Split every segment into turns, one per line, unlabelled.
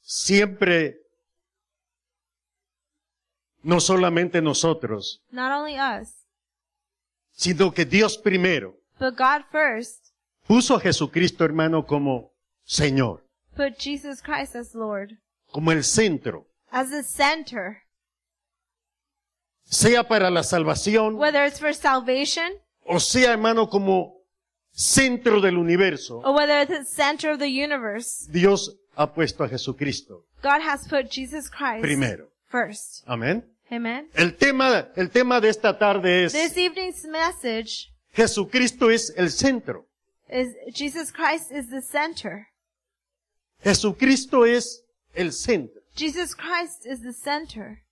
siempre, no solamente nosotros,
Not only us,
sino que Dios primero
but God first
puso a Jesucristo, hermano, como Señor,
put Jesus Christ as Lord,
como el centro,
as the center,
sea para la salvación
whether it's for salvation
o sea, hermano, como centro del universo.
or whether it's the center of the universe.
Dios ha puesto a Jesucristo
God has put Jesus Christ
primero.
first.
Amén.
Amen.
El tema, el tema de esta tarde es
This evening's message
Jesucristo es el centro.
is Jesus Christ is the center.
Jesucristo es el centro.
Jesus Christ is the center.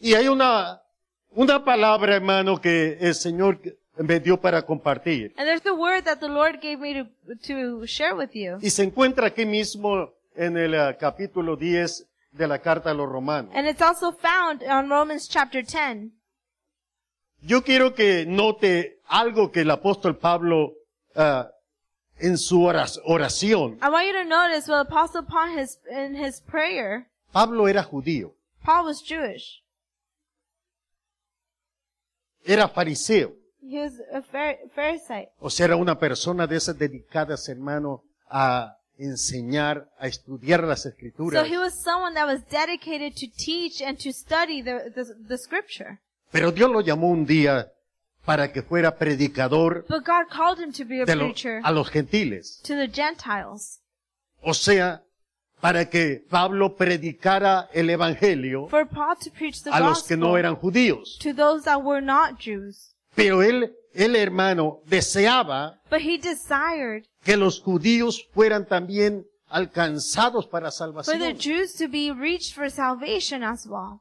Y hay una, una palabra, hermano, que el Señor me dio para compartir.
And there's a word that the Lord gave me to, to share with you.
Y se encuentra aquí mismo en el eh, capítulo 10 de la carta a los romanos.
And it's also found on Romans chapter 10.
Yo quiero que note algo que el apóstol Pablo ah, en su ora- oración.
I want you to notice what Apostle Paul his, in his prayer,
Pablo era judío,
Paul was Jewish.
era fariseo,
He was a Phar- Pharisee.
o sea, era una persona de esas dedicadas, hermano, a enseñar, a estudiar las
So
escrituras.
he was someone that was dedicated to teach and to study the, the, the scripture.
Pero Dios lo llamó un día para que fuera predicador
But God called him to be a
de lo-
preacher
a los gentiles.
to the Gentiles.
O sea, para que Pablo predicara el evangelio
For Paul to preach the
a
gospel
los que no eran judíos.
to those that were not Jews.
Pero él, el hermano, deseaba
But he desired
que los judíos fueran también alcanzados para
for the
salvación.
Jews to be reached for salvation as well.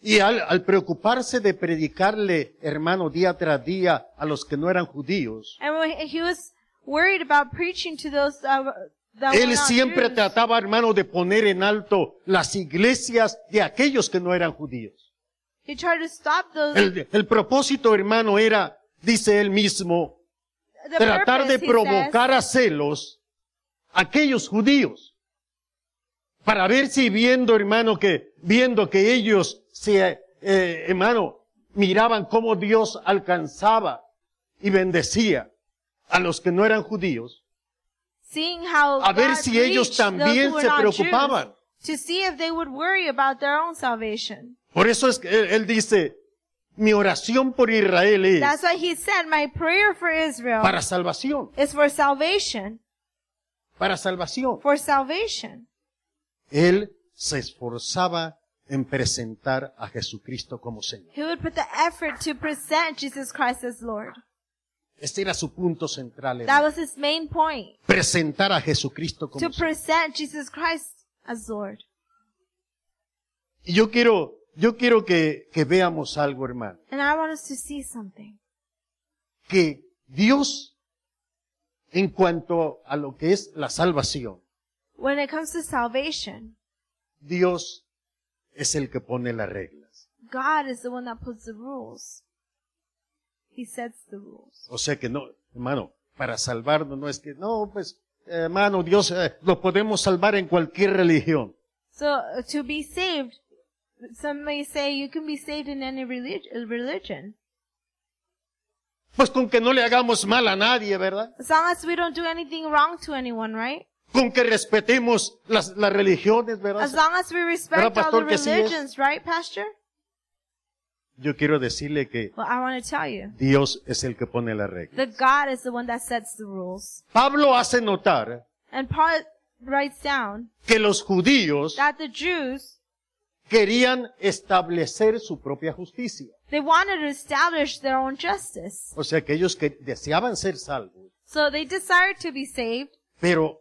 Y al, al preocuparse de predicarle, hermano, día tras día a los que no eran judíos,
And when he was worried about preaching to those that, were- that were
él
not
siempre
Jews.
trataba, hermano, de poner en alto las iglesias de aquellos que no eran judíos.
He tried to stop those.
El, el propósito, hermano, era, dice él mismo,
the
tratar de
purpose, he says,
provocar a celos a aquellos judíos. Para ver si viendo, hermano, que, viendo que ellos se, eh, hermano, miraban cómo Dios alcanzaba y bendecía a los que no eran judíos,
seeing how
a ver
God
si ellos
reached
también
those who were
se
not
preocupaban.
Jews, to see if they would worry about their own salvation.
Por eso es que él, él dice, mi oración por Israel es
That's why he said, my prayer for Israel
para salvación,
is for salvation,
para salvación.
for salvation.
Él se esforzaba en presentar a Jesucristo como Señor.
He would put the effort to present Jesus Christ as Lord.
Este era su punto central.
That
hermano.
was his main point,
Presentar a Jesucristo
to
como Señor.
present Jesus Christ as Lord.
Y yo quiero, yo quiero que, que veamos algo, hermano.
And I want us to see something.
Que Dios, en cuanto a lo que es la salvación,
When it comes to salvation,
Dios es el que pone las reglas.
God is the one that puts the rules. He sets the rules.
O sea que no, hermano, para salvarnos no es que, no, pues, hermano, Dios eh, lo podemos salvar en cualquier religión.
So uh, to be saved, some may say you can be saved in any relig- uh, religion.
Pues con que no le hagamos mal a nadie, ¿verdad?
As long as we don't do anything wrong to anyone, right?
Con que respetemos las, las religiones, ¿verdad?
As long as we
¿Verdad,
respect all the
pastor, que sí es?
religions, right, Pastor?
Yo quiero decirle que
Well, I want to tell you
Dios es el que pone la regla.
that God is the one that sets the rules.
Pablo hace notar
And Paul writes down
que los judíos
that the Jews,
querían establecer su propia justicia.
they wanted to establish their own justice.
O sea, que ellos que deseaban ser salvos,
So they desired to be saved,
pero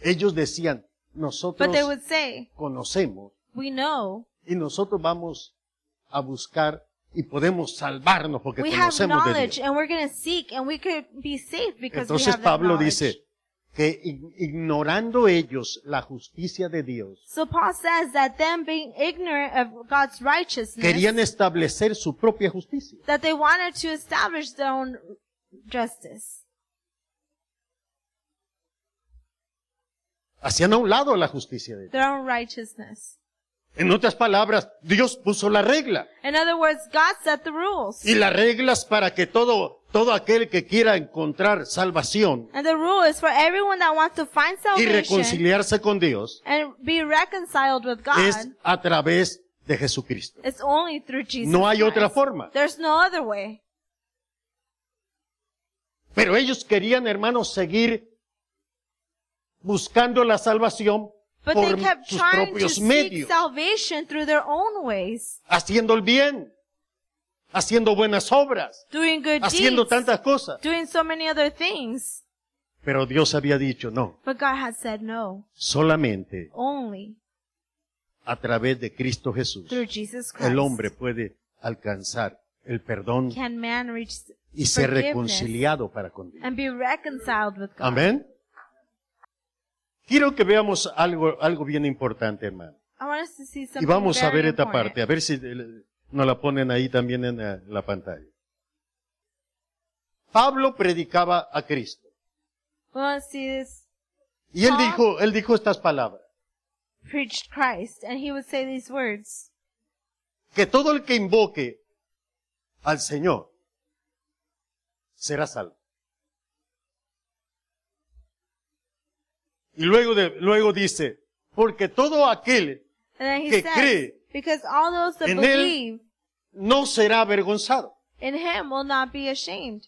ellos decían,
but they
nosotros
would say,
conocemos
we know
y nosotros vamos a buscar y podemos salvarnos porque
we have
conocemos de
knowledge
Dios.
and we're going to seek and we could be saved because we
Entonces
have that
Pablo
knowledge.
dice que ig- ignorando ellos la justicia de Dios,
so Paul says that them being ignorant of God's righteousness,
querían establecer su propia justicia.
that they wanted to establish their own justice.
hacían a un lado la justicia de Dios.
their own righteousness.
En otras palabras, Dios puso la regla.
In other words, God set the rules.
Y las reglas para que todo, todo aquel que quiera encontrar salvación
And the rule is for everyone that wants to find
y
salvation
reconciliarse con Dios
and be reconciled with God.
es a través de Jesucristo.
It's only through Jesus.
No hay otra
Christ.
forma.
There's no other way.
Pero ellos querían, hermanos, seguir buscando la salvación
But
por
they kept
sus
trying to
propios
seek
medios,
salvation through their own ways,
haciendo el bien, haciendo buenas obras,
doing good
haciendo
deeds,
tantas cosas.
doing so many other things.
Pero Dios había dicho, no,
But God had said no,
solamente
only
a través de Cristo Jesús
through Jesus Christ.
el hombre puede alcanzar el perdón
can man reach
y ser
forgiveness
reconciliado para con Dios.
and be reconciled with God.
Amén. Quiero que veamos algo, algo bien importante, hermano.
I want us to see something
Y vamos a
very
ver esta
important.
parte, a ver si eh, nos la ponen ahí también en la, la pantalla. Pablo predicaba a Cristo.
We want to see this
Y él
Ah.
dijo, él dijo estas palabras.
preached Christ, and he would say these words.
Que todo el que invoque al Señor será salvo. Y luego, de- luego dice, porque todo aquel
And then he
Que
says,
cree
because all those that
en él-
believe
no será avergonzado.
in him will not be ashamed.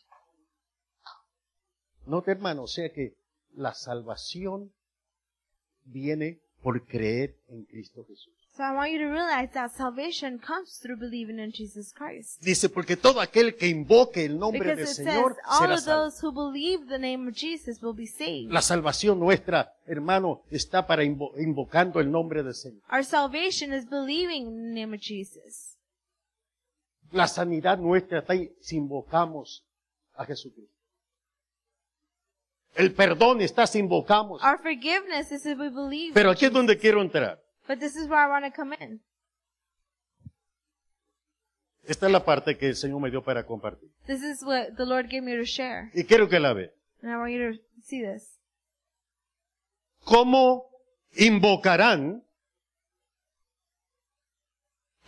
Note, hermano, o sea que la salvación viene por creer en Cristo Jesús.
So I want you to realize that salvation comes through believing in Jesus Christ.
Dice, porque todo aquel que invoque el nombre
Because
del
it
Señor
says all
será
of
salvo.
those who believe the name of Jesus will be saved.
La salvación nuestra, hermano, está para invo- invocando el nombre del Señor.
Our salvation is believing in the name of Jesus.
La sanidad nuestra está ahí si invocamos a Jesucristo. El perdón está si invocamos.
Our forgiveness is if we believe.
Pero aquí es donde quiero entrar.
But this is where I want to come in.
Esta es la parte que el Señor me dio para compartir.
This is what the Lord gave me to share.
Y quiero que la vea.
And I want you to see this.
¿Cómo invocarán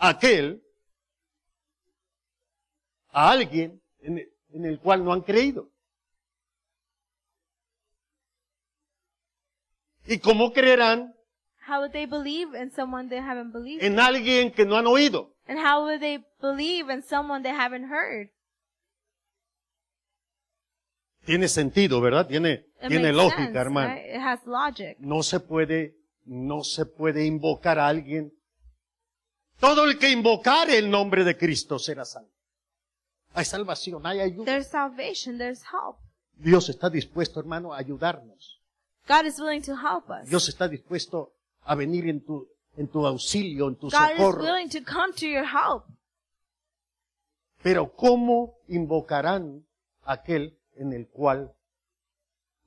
aquel a alguien en, en el cual no han creído? ¿Y cómo creerán
How would they believe in someone they haven't believed?
en alguien que no han oído?
and how would they believe in someone they haven't heard?
Tiene sentido, ¿verdad? Tiene,
It
tiene
makes
lógica,
sense,
hermano.
right? It has logic.
No se puede, no se puede invocar a alguien. Todo el que invocare el nombre de Cristo será salvo. Hay salvación, hay ayuda.
There's salvation. There's help.
Dios está dispuesto, hermano, a ayudarnos.
God is willing to help us.
Dios está dispuesto a venir en tu, en tu auxilio, en tu
God is
socorro.
willing to come to your help.
Pero ¿cómo invocarán a aquel en el cual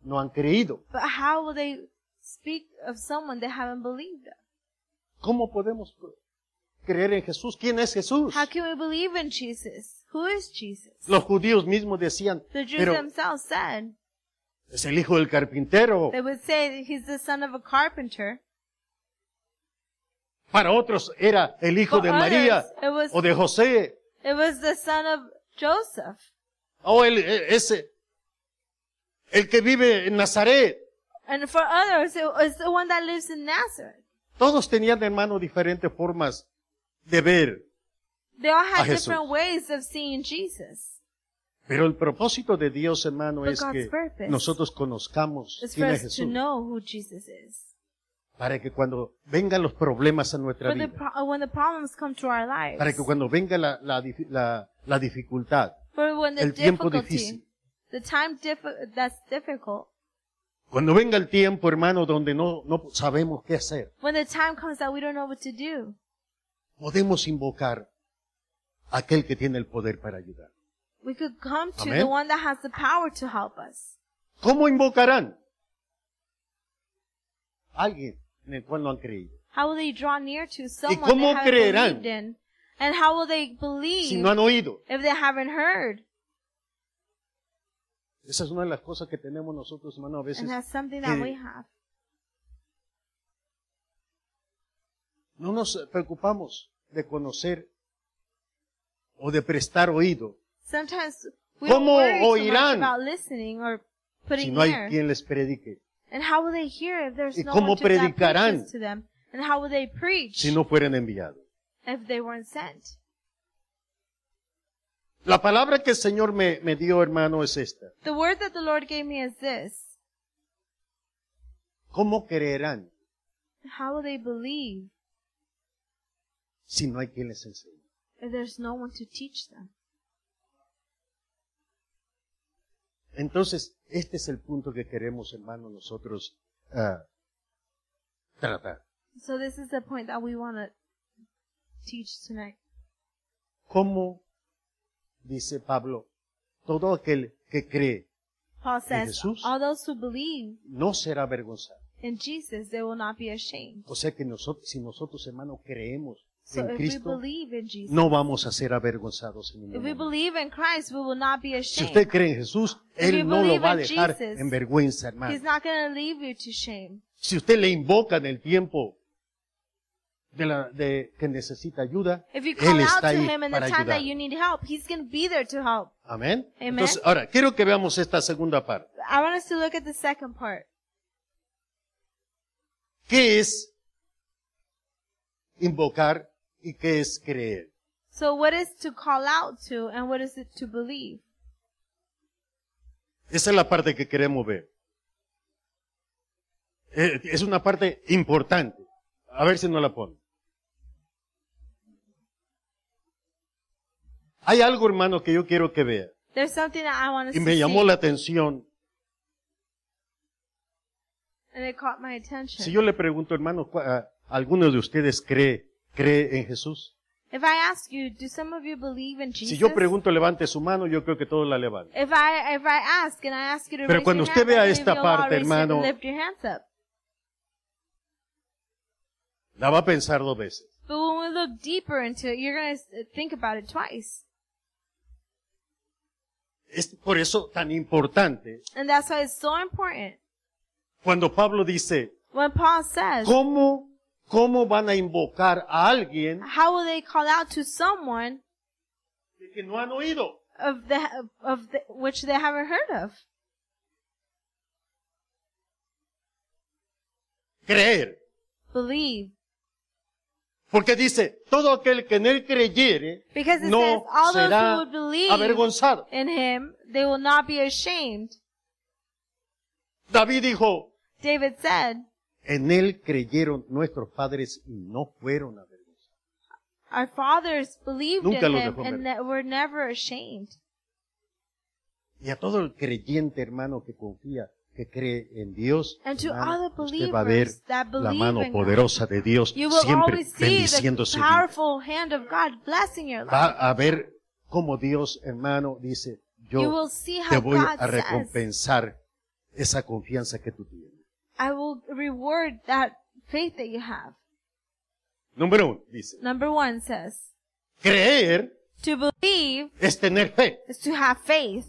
no han creído?
But how will they speak of someone they haven't believed?
¿Cómo podemos creer en Jesús? ¿Quién es Jesús?
How can we believe in Jesus? Who is Jesus?
Los judíos mismos decían,
The Jews
pero
themselves said
es el hijo del carpintero.
they would say that he's the son of a carpenter.
Para otros era el hijo
For
de María
others, it was-
o de José
It was the son of Joseph,
o el e- ese el que vive en Nazaret.
and for others it was the one that lives in Nazareth.
Todos tenían hermano diferentes formas de ver,
They all had
A Jesús.
different ways of seeing Jesus.
pero el propósito de Dios, hermano,
But
es
God's
que
purpose
nosotros conozcamos
It's for
quién es
us to
Jesús
know who Jesus is.
para que cuando vengan los problemas a nuestra
But the
vida,
pro- when the problems come to our lives,
para que cuando venga la, la difi- la- la dificultad,
for when the
el tiempo
difficulty,
difícil.
the time diffi- that's difficult,
cuando venga el tiempo, hermano, donde no, no sabemos qué hacer,
when the time comes that we don't know what to do,
podemos invocar a aquel que tiene el poder para ayudar.
we could come to
Amén.
the one that has the power to help us.
¿Cómo invocarán? Alguien en el cual no han creído.
How will they draw near to someone
cómo
they haven't
creerán?
believed in? And how will they believe
Si no han oído.
if they haven't heard?
Esa es una de las cosas que tenemos nosotros, hermano, a veces.
And that's something that
que
we have.
No nos preocupamos de conocer o de prestar oído
Sometimes we don't
¿Cómo
worry so much
oirán?
about listening or
si
putting
no hay
there.
quien les predique,
And how will they hear if there's
¿Y
no
cómo
one to, that
predicarán?
preaches to them? And how will they preach
si no fueran enviados.
if they weren't sent?
La palabra que el Señor me, me dio, hermano, es esta.
The word that the Lord gave me is this.
¿Cómo creerán
How will they believe
si no hay quien les enseñe?
if there's no one to teach them?
Entonces, este es el punto que queremos, hermano, nosotros ah, tratar.
So this is the point that we want to teach tonight.
¿Cómo, dice Pablo, todo aquel que cree
Paul says,
Jesús?
all those who believe
no será avergonzado?
in Jesus, they will not be ashamed.
O sea que nosotros, si nosotros, hermano, creemos
So
en
if we
Cristo,
believe in Jesus,
no vamos a ser avergonzados en
if
ningún
we
momento.
believe in Christ, we will not be
Si
ashamed.
usted cree en Jesús,
If you
Él no lo
believe
va a
in
dejar
Jesus,
en vergüenza,
He's
hermano.
not going to leave you to shame.
Si usted le invoca en el tiempo de la- de- que necesita ayuda,
If you call
Él
out
está
to
ahí
him in the
para
time
ayudar.
that you need help, he's going to be there to help.
Amén.
Amen.
Entonces, ahora, quiero que veamos esta segunda parte.
I want us to look at the second part.
¿Qué es invocar y qué es creer?
So what is to call out to and what is it to believe?
Esa es la parte que queremos ver. Eh, Es una parte importante. A ver si no la ponen. Hay algo, hermano, que yo quiero que vea.
There's something that I want us
Y
to
me
see,
llamó la atención.
and it caught my attention.
Si yo le pregunto, hermano, ¿cu- a- ¿alguno de ustedes cree, cree en Jesús?
if I ask you, do some of you believe in Jesus?
Si yo pregunto, levante su mano, yo creo que todos la levantan.
if I if I ask and I ask you to
Pero
raise
cuando
your
usted
hand, I
vea
believe
esta
you'll all
parte,
raise your-
hermano-
lift your hands up.
La va a pensar dos veces.
But when we look deeper into it, you're going to think about it twice.
Es por eso tan importante
And that's why it's so important.
cuando Pablo dice,
When Paul says,
¿cómo, cómo van a invocar a alguien
how will they call out to someone
de que no han oído?
of the of, of the, which they haven't heard of?
Creer.
Believe,
Porque dice, todo aquel que en él creyere
because it says
no
all those who
será
would believe
avergonzado.
in Him, they will not be ashamed.
David dijo,
David said,
en él creyeron nuestros padres y no fueron avergonzados.
"Our fathers believed
Nunca
in
los
Him
dejó
and
ver.
ne- were never ashamed."
Y a todo el creyente hermano que confía, que cree en Dios,
And to
hermano,
all the
usted va a ver
believers that
la
believe
mano
in God.
poderosa de Dios
You will
siempre
always see
bendiciendo
the
su vida.
powerful hand of God blessing your life.
Va a ver cómo Dios, hermano, dice,
You
yo
will see
te
how
voy
God
a
says,
recompensar esa confianza que tú tienes.
"I will reward that faith that you have."
Número uno, dice,
Number one says,
creer
"To believe
es tener fe.
is to have faith."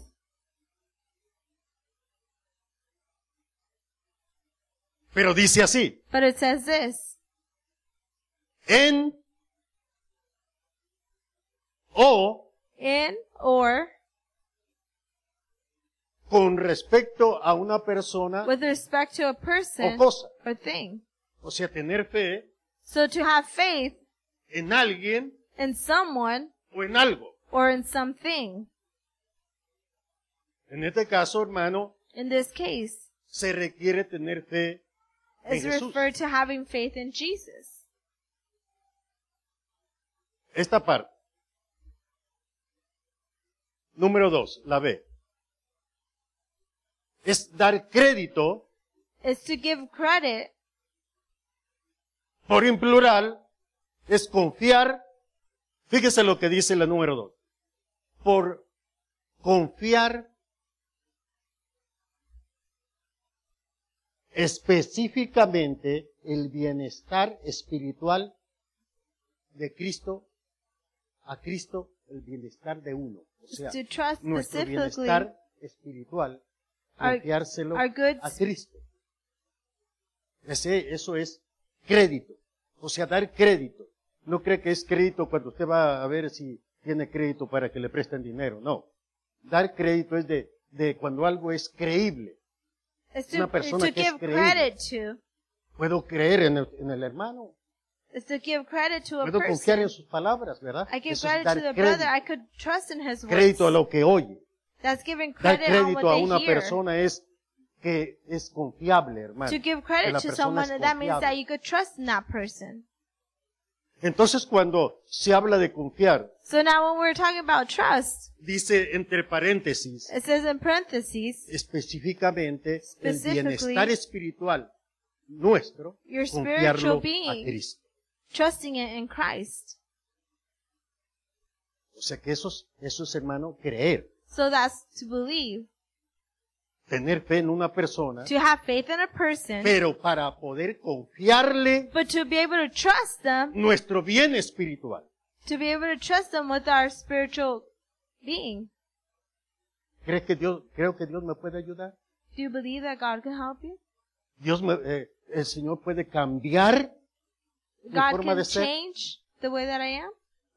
Pero dice así,
But it says this
en o
in or
con respecto a una persona
with respect to a
o
person
cosa.
or thing.
O sea, tener fe
So to have faith
en alguien
in someone
o en algo.
or in something.
En este caso, hermano,
In this case,
se requiere tener fe en
is
Jesús.
referred to having faith in Jesus.
Esta parte. Número dos, la B. Es dar crédito
Is to give credit
por en plural, es confiar. Fíjese lo que dice la número dos. Por confiar específicamente el bienestar espiritual de Cristo, a Cristo el bienestar de uno. O
is
sea,
to trust
nuestro
specifically
bienestar espiritual,
Our-
confiárselo
our goods-
a Cristo. Ese, eso es crédito. O O sea, dar crédito. No cree que es crédito cuando usted va a ver si tiene crédito para que le presten dinero. No. Dar crédito es de, de cuando algo es creíble.
It's
Una
to, it's
persona
to
que es
give
creíble.
credit to.
Puedo creer en el, en el hermano.
It's to give credit to a
Puedo confiar en
person.
sus palabras, ¿verdad?
I give
Eso es
credit
dar
to the brother. I
crédito.
could trust in his words.
Crédito a lo que oye.
That's giving
Dar
credit on what
crédito a
they
una
hear.
persona es que es confiable, hermano.
To give
Que
credit
la
to
persona
someone,
es
that means
confiable.
that you could trust in that person.
Entonces cuando se habla de confiar,
So now when we're talking about trust,
dice entre paréntesis,
it says in parentheses,
específicamente el
Specifically,
bienestar espiritual nuestro,
your
confiarlo
spiritual
a
being.
Cristo.
trusting it in Christ.
O sea que eso es, eso es, hermano, creer,
So that's to believe,
tener fe en una persona,
to have faith in a person,
pero para poder confiarle
but to be able to trust them,
nuestro bien espiritual.
to be able to trust them with our spiritual being.
¿Crees que Dios, creo que Dios me puede ayudar?
Do you believe that God can help you?
Dios me- eh, el Señor puede cambiar mi
God
forma
can
de ser.
change the way that I am?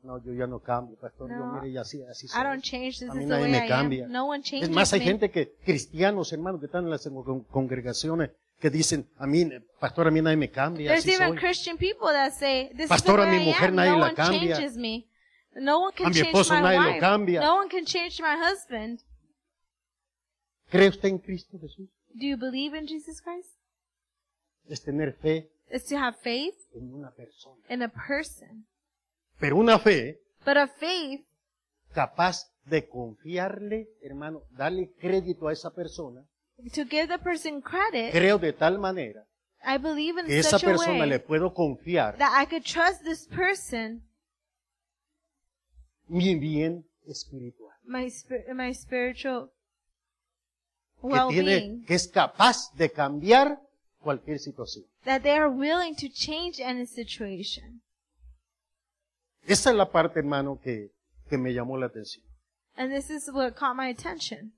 No, yo ya no cambio, pastor. Yo
No,
mire, y así, así
I
soy.
don't change. This
A
is
mí
the
nadie
way
me
I
cambia.
am. No one
Es
changes
más, hay
me.
gente que, cristianos, hermanos, que están en las con- congregaciones, que dicen, a mí, pastor, a mí nadie me cambia,
There's
así
even
soy.
Christian people that say, this is the
Pastora, mi
way I
mujer
am.
nadie
No
la
one
cambia.
changes me. No one
A
can
mi
change
esposo
my
nadie lo
wife.
cambia.
No one can change my husband.
¿Cree usted en Cristo Jesús?
Do you believe in Jesus Christ?
Es tener fe
It's to have faith
en una persona.
in a person.
Pero una fe
But a faith
capaz de confiarle, hermano, darle crédito a esa persona.
to give the person credit,
Creo de tal manera
I believe
que
Eh, in
esa
such a
persona le
way
puedo confiar
that I could trust this person,
mi bien espiritual.
my spir- my spiritual
Que, tiene,
well-being,
que es capaz de cambiar cualquier situación.
that they are willing to change any situation.
Esa es la parte, hermano, que, que me llamó la atención.
And this is what caught my attention.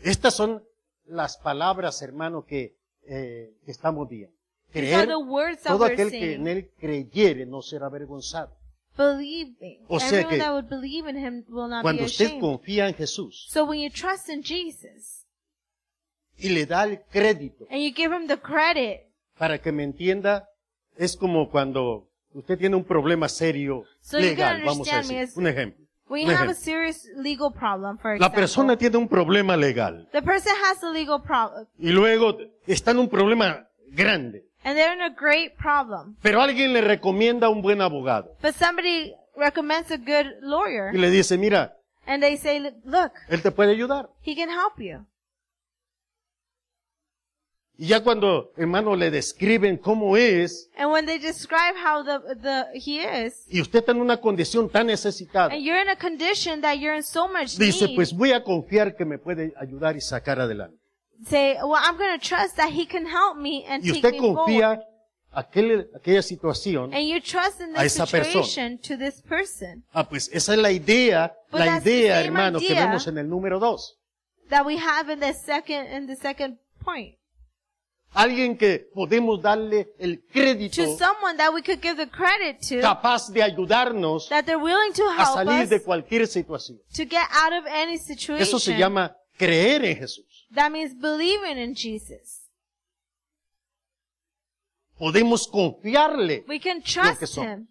Estas son las palabras, hermano, que, eh, que estamos viendo.
These are
Creer,
the words that
todo
we're
aquel que en
saying.
él creyere no será avergonzado.
Believing.
O sea que
Everyone that would believe in him will not be
Cuando usted
ashamed.
confía en Jesús
So when you trust in Jesus
y le da el crédito,
and you give him the credit,
para que me entienda, es como cuando usted tiene un problema serio
So you
legal,
can
vamos a
understand me
decir.
as-
Un ejemplo.
when you
un
have a
ejemplo.
serious legal problem, for
La persona
example,
tiene un problema legal
the person has a legal problem.
y luego está en un problema grande,
and they're in a great problem.
pero alguien le recomienda a un buen abogado.
But somebody recommends a good lawyer,
y le dice, mira,
and they say, "Look,
él te puede ayudar.
he can help you."
Y ya cuando, hermano, le describen cómo es,
And when they describe how the the he is,
y usted está en una condición tan necesitada,
and you're in a condition that you're in so much
dice,
need,
pues voy a confiar que me puede ayudar y sacar adelante.
say, "Well, I'm going to trust that he can help me and
Y
take
usted
me forward."
confía aquel, aquella situación.
And you trust in
a
this
esa persona.
situation to this person
Ah, pues esa es la idea,
But
la
that's the
idea,
same
hermano, que
idea.
vemos en el número dos.
that we have in the second in the second point
Alguien que podemos darle el crédito
to someone that we could give the credit to
capaz de ayudarnos
that they're willing to
a
help
salir
us
de cualquier situación.
to get out of any situation.
Eso se llama creer en Jesús.
That means believing in Jesus.
Podemos confiarle
We can
que
trust
son.
Him.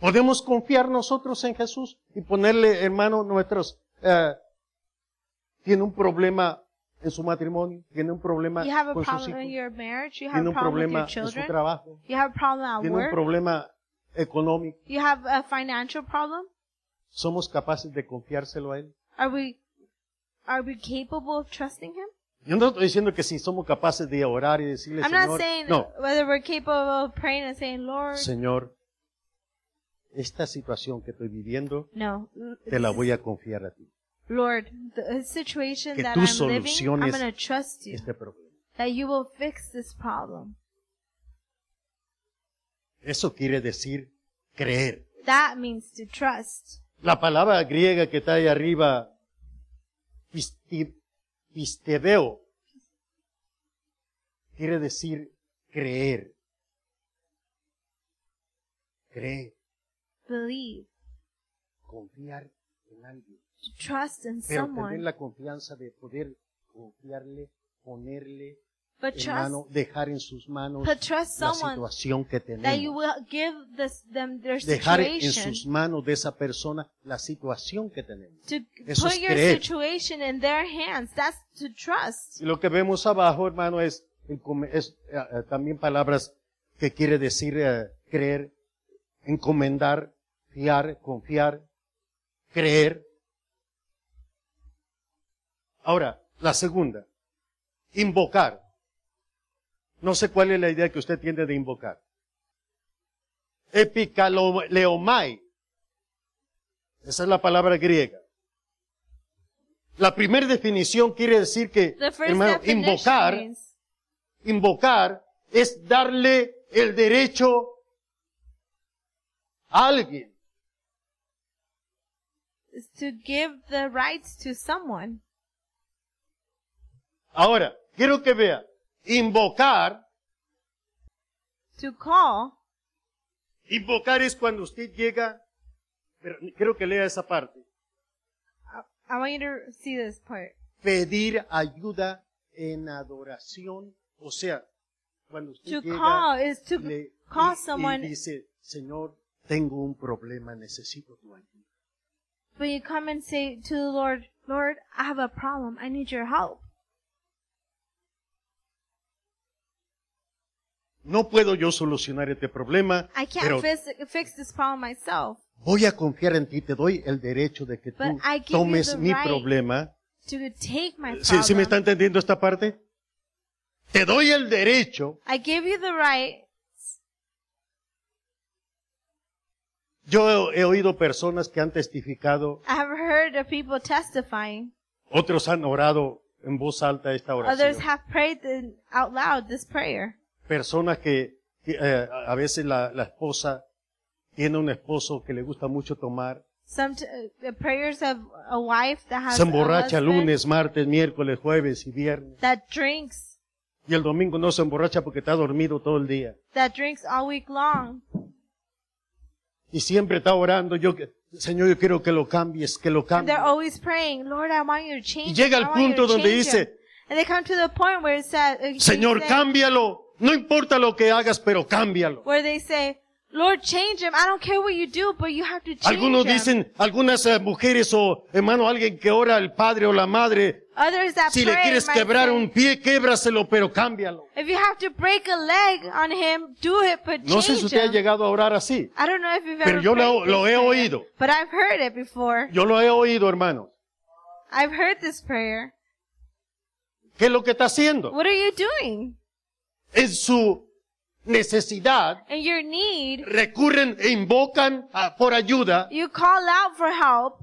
Podemos confiar nosotros en Jesús y ponerle, hermano, nuestros, eh, tiene un problema en su matrimonio, tiene un problema
You have a
con sus
problem in
hijos,
your marriage. You have
tiene
a
un
problem
problema
with
en
your
su
children.
trabajo,
You have a problem at
tiene un
work.
problema económico.
You have a financial problem.
¿Somos capaces de confiárselo a Él?
Are we, are we capable of trusting Him?
Yo no estoy diciendo que si somos capaces de orar y decirle,
I'm
Señor,
not saying
no,
whether we're capable of praying and saying, Lord,
Señor, esta situación que estoy viviendo,
no.
te la voy a confiar a ti,
Lord, the situation
Que
that
tú
I'm living, I'm
soluciones
going to trust you.
este problema.
That you will fix this problem.
Eso quiere decir creer.
That means to trust.
La palabra griega que está ahí arriba, pisti- pistebeo, quiere decir creer. Creer,
believe,
confiar en alguien.
to trust in
Pero tener
someone,
la confianza de poder confiarle, ponerle
but
en
trust,
mano, dejar en sus manos
but trust
la
someone
situación que
that you
tenemos.
will give this, them their
Dejar en
situation.
sus manos de esa persona la situación que tenemos.
To
Eso
put
es
your
creer.
situation in their hands. That's to trust.
Y lo que vemos abajo, hermano, es, el come- es, eh, eh, también palabras que quiere decir eh, creer, encomendar, fiar, confiar, creer. Ahora, la segunda, invocar. No sé cuál es la idea que usted tiene de invocar. Epicaleomai. Esa es la palabra griega. La primera definición quiere decir que,
The first
hermano,
definition
invocar,
means
invocar es darle el derecho a alguien.
is to give the rights to someone.
Ahora, quiero que vea, invocar,
To call.
invocar es cuando usted llega, pero quiero que lea esa parte,
I want you to see this part.
pedir ayuda en adoración, o sea, cuando usted
To
llega
call is to
le-
call
y- y
someone.
dice, Señor, tengo un problema, necesito tu ayuda.
When you come and say to the Lord, Lord, I have a problem. I need your help.
No puedo yo solucionar este problema,
I can't
pero
fix, fix this problem myself.
voy a confiar en ti, te doy el derecho de que tú
But I give you
tomes
the
mi
right
problema.
To take my problem.
¿Sí, sí me está entendiendo esta parte? Te doy el derecho,
I give you the right.
yo he, he oído personas que han testificado,
I have heard of people testifying.
otros han orado en voz alta esta
Others
oración,
have prayed in, out loud this prayer.
personas que que, eh, a veces la, la esposa tiene un esposo que le gusta mucho tomar,
Some t- uh, prayers of a wife that has
se emborracha
a husband
lunes, martes, miércoles, jueves y viernes,
that drinks
y el domingo no se emborracha porque está dormido todo el día.
that drinks all week long
Y siempre está orando, yo, que- Señor, yo quiero que lo cambies, que lo
and
cambies.
they're always praying Lord I want you to change
llega al
him. I want you
punto
to
donde
change
dice,
him." and they come to the point where it says uh, he
Señor,
said-
cámbialo. No importa lo que hagas, pero cámbialo.
where they say Lord change him I don't care what you do but you have to change
Algunos
him
dicen, algunas eh, mujeres o hermano, alguien que ora el padre o la madre,
others that
si
pray
le quieres
might
quebrar
say,
un pie, québraselo, pero cámbialo.
if you have to break a leg on him do it but
No sé
change
si usted ha
him
llegado a orar así.
I don't know if you've
Pero
ever
yo lo-
prayed
lo
this
he
prayer,
oído.
but I've heard it before
Yo lo he oído, hermano.
I've heard this prayer.
¿Qué es lo que está haciendo?
What are you doing?
En su necesidad,
In your need,
recurren e invocan a- por ayuda
you call out for help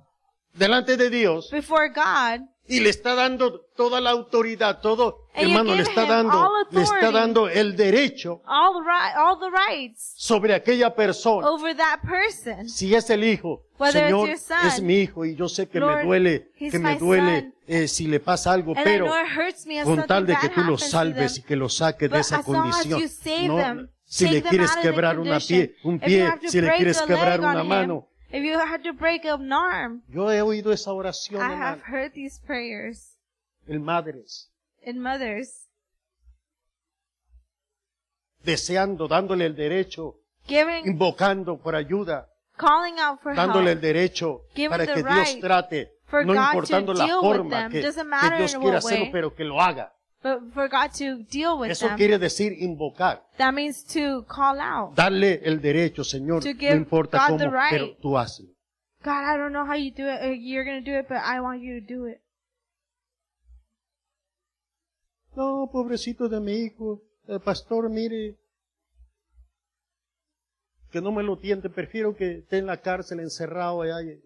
delante de Dios
before God,
y le está dando toda la autoridad, todo,
And you
hermano, le
give
está
him
dando,
all
le está
authority.
dando el derecho
all the right, all the rights
sobre aquella persona.
over that person.
Si es el hijo,
Oh. Whether it's
Señor,
your son,
es mi hijo y yo sé que me
Lord,
duele,
he's
que me
my
duele
son.
eh, si le pasa algo,
And I
pero
know it hurts me if
con
something
tal de
bad
que tú lo
happens to
salves y
them.
que lo saques de
But
esa
"Ah, as long as
condición,
you save
no,
them,
si
take
le
them
quieres
out of the
quebrar una
condition.
pie, un
If you
pie,
have to
si le
break
quieres
a
quebrar
leg on
una
him,
mano.
if you have to break an arm,
Yo he oído esa oración,
I
hermano,
have heard these prayers
en madres,
in mothers,
deseando, dándole el derecho,
giving,
invocando por ayuda,
calling out for help.
dándole el derecho
Give
para
him
que
the
Dios
right
trate,
for
no
God to
importando la
deal with
forma
them.
que,
Doesn't
que
matter
Dios
in
quiera
what
hacerlo,
way.
pero que lo haga.
But for God to deal with
Eso
them,
quiere decir invocar,
that means to call out.
darle el derecho, Señor,
To
no
give
importa
God
cómo,
the right.
pero tú hazlo.
God, I don't know how you do it. uh, You're gonna do it, but I want you to do it.
No, pobrecito de mi hijo, el pastor, mire, que no me lo tiente, prefiero que esté en la cárcel encerrado allá, y-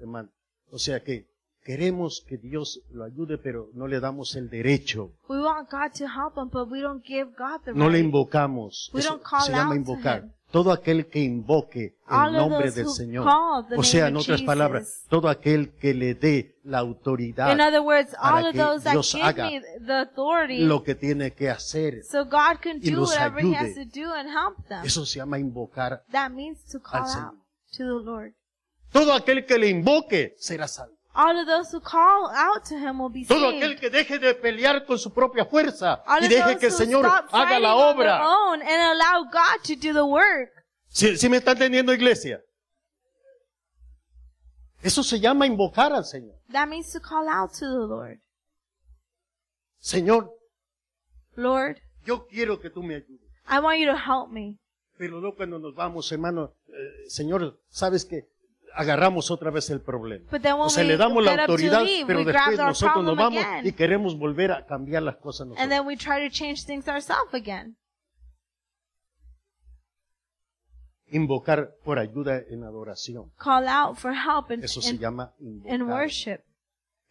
hermano. O sea que queremos que Dios lo ayude, pero no le damos el derecho,
We want God to help him, but we don't give God the
no le
right.
invocamos.
We
Eso
don't call
se
out
llama
to
invocar.
him.
todo aquel que invoque el
All of
nombre
those
del
who
Señor.
call the
O sea, en
name of
otras
Jesus.
palabras, todo aquel que le dé la autoridad,
In other words, all
para
of
que
those that
Dios
give
haga
me the authority,
lo que tiene que hacer.
so God can
y
do
los
whatever He
ayude.
has to do and help them.
Eso se llama invocar.
That means to call
Señor.
out to the Lord.
Todo aquel que le invoque será salvo.
All of those who call out to Him will be
Todo aquel
saved.
que deje de pelear con su propia fuerza
All
y
of
deje
those
que
who
el Señor haga
stop fighting
la
on their
obra.
own and allow God to do the work.
Si me está entendiendo, iglesia? Eso se llama invocar al Señor.
That means to call out to the Lord.
Señor,
Lord,
yo quiero que tú me ayudes.
I want you to help me.
Pero no cuando nos vamos, hermano, eh, Señor, sabes que agarramos otra vez el problema.
But then when
O sea,
we
le damos la
get up to
autoridad,
leave,
pero
we
después
grabbed our
nosotros nos
problem
vamos
again.
y queremos volver a cambiar las cosas nosotros.
And then we try to change things ourselves again.
Invocar por ayuda en adoración.
Call out for help and,
Eso se
and,
llama invocar.
and worship.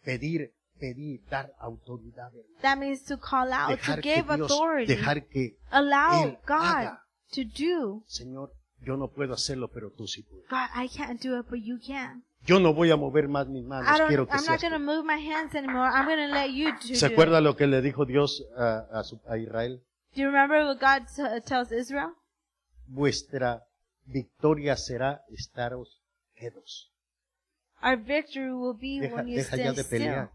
Pedir, pedir, dar autoridad.
That means to call out, to
Dejar que
Ah, give
Dios,
authority.
dejar que,
Allow
Él
God
haga.
to do.
Señor, yo no puedo hacerlo, pero tú sí puedes.
God, I can't do it, but you can.
Yo no voy a mover más mis
I
manos, Ah, quiero
don't,
que
I'm
seas
not going to
tú.
move my hands anymore. I'm going to let you do
¿Se
it.
acuerda lo que le dijo Dios a, a su- a Israel?
Do you remember what God t- tells Israel?
Vuestra victoria será estaros quedos.
Our victory will be
Deja,
when you
deja ya
stand
de
still.
pelear,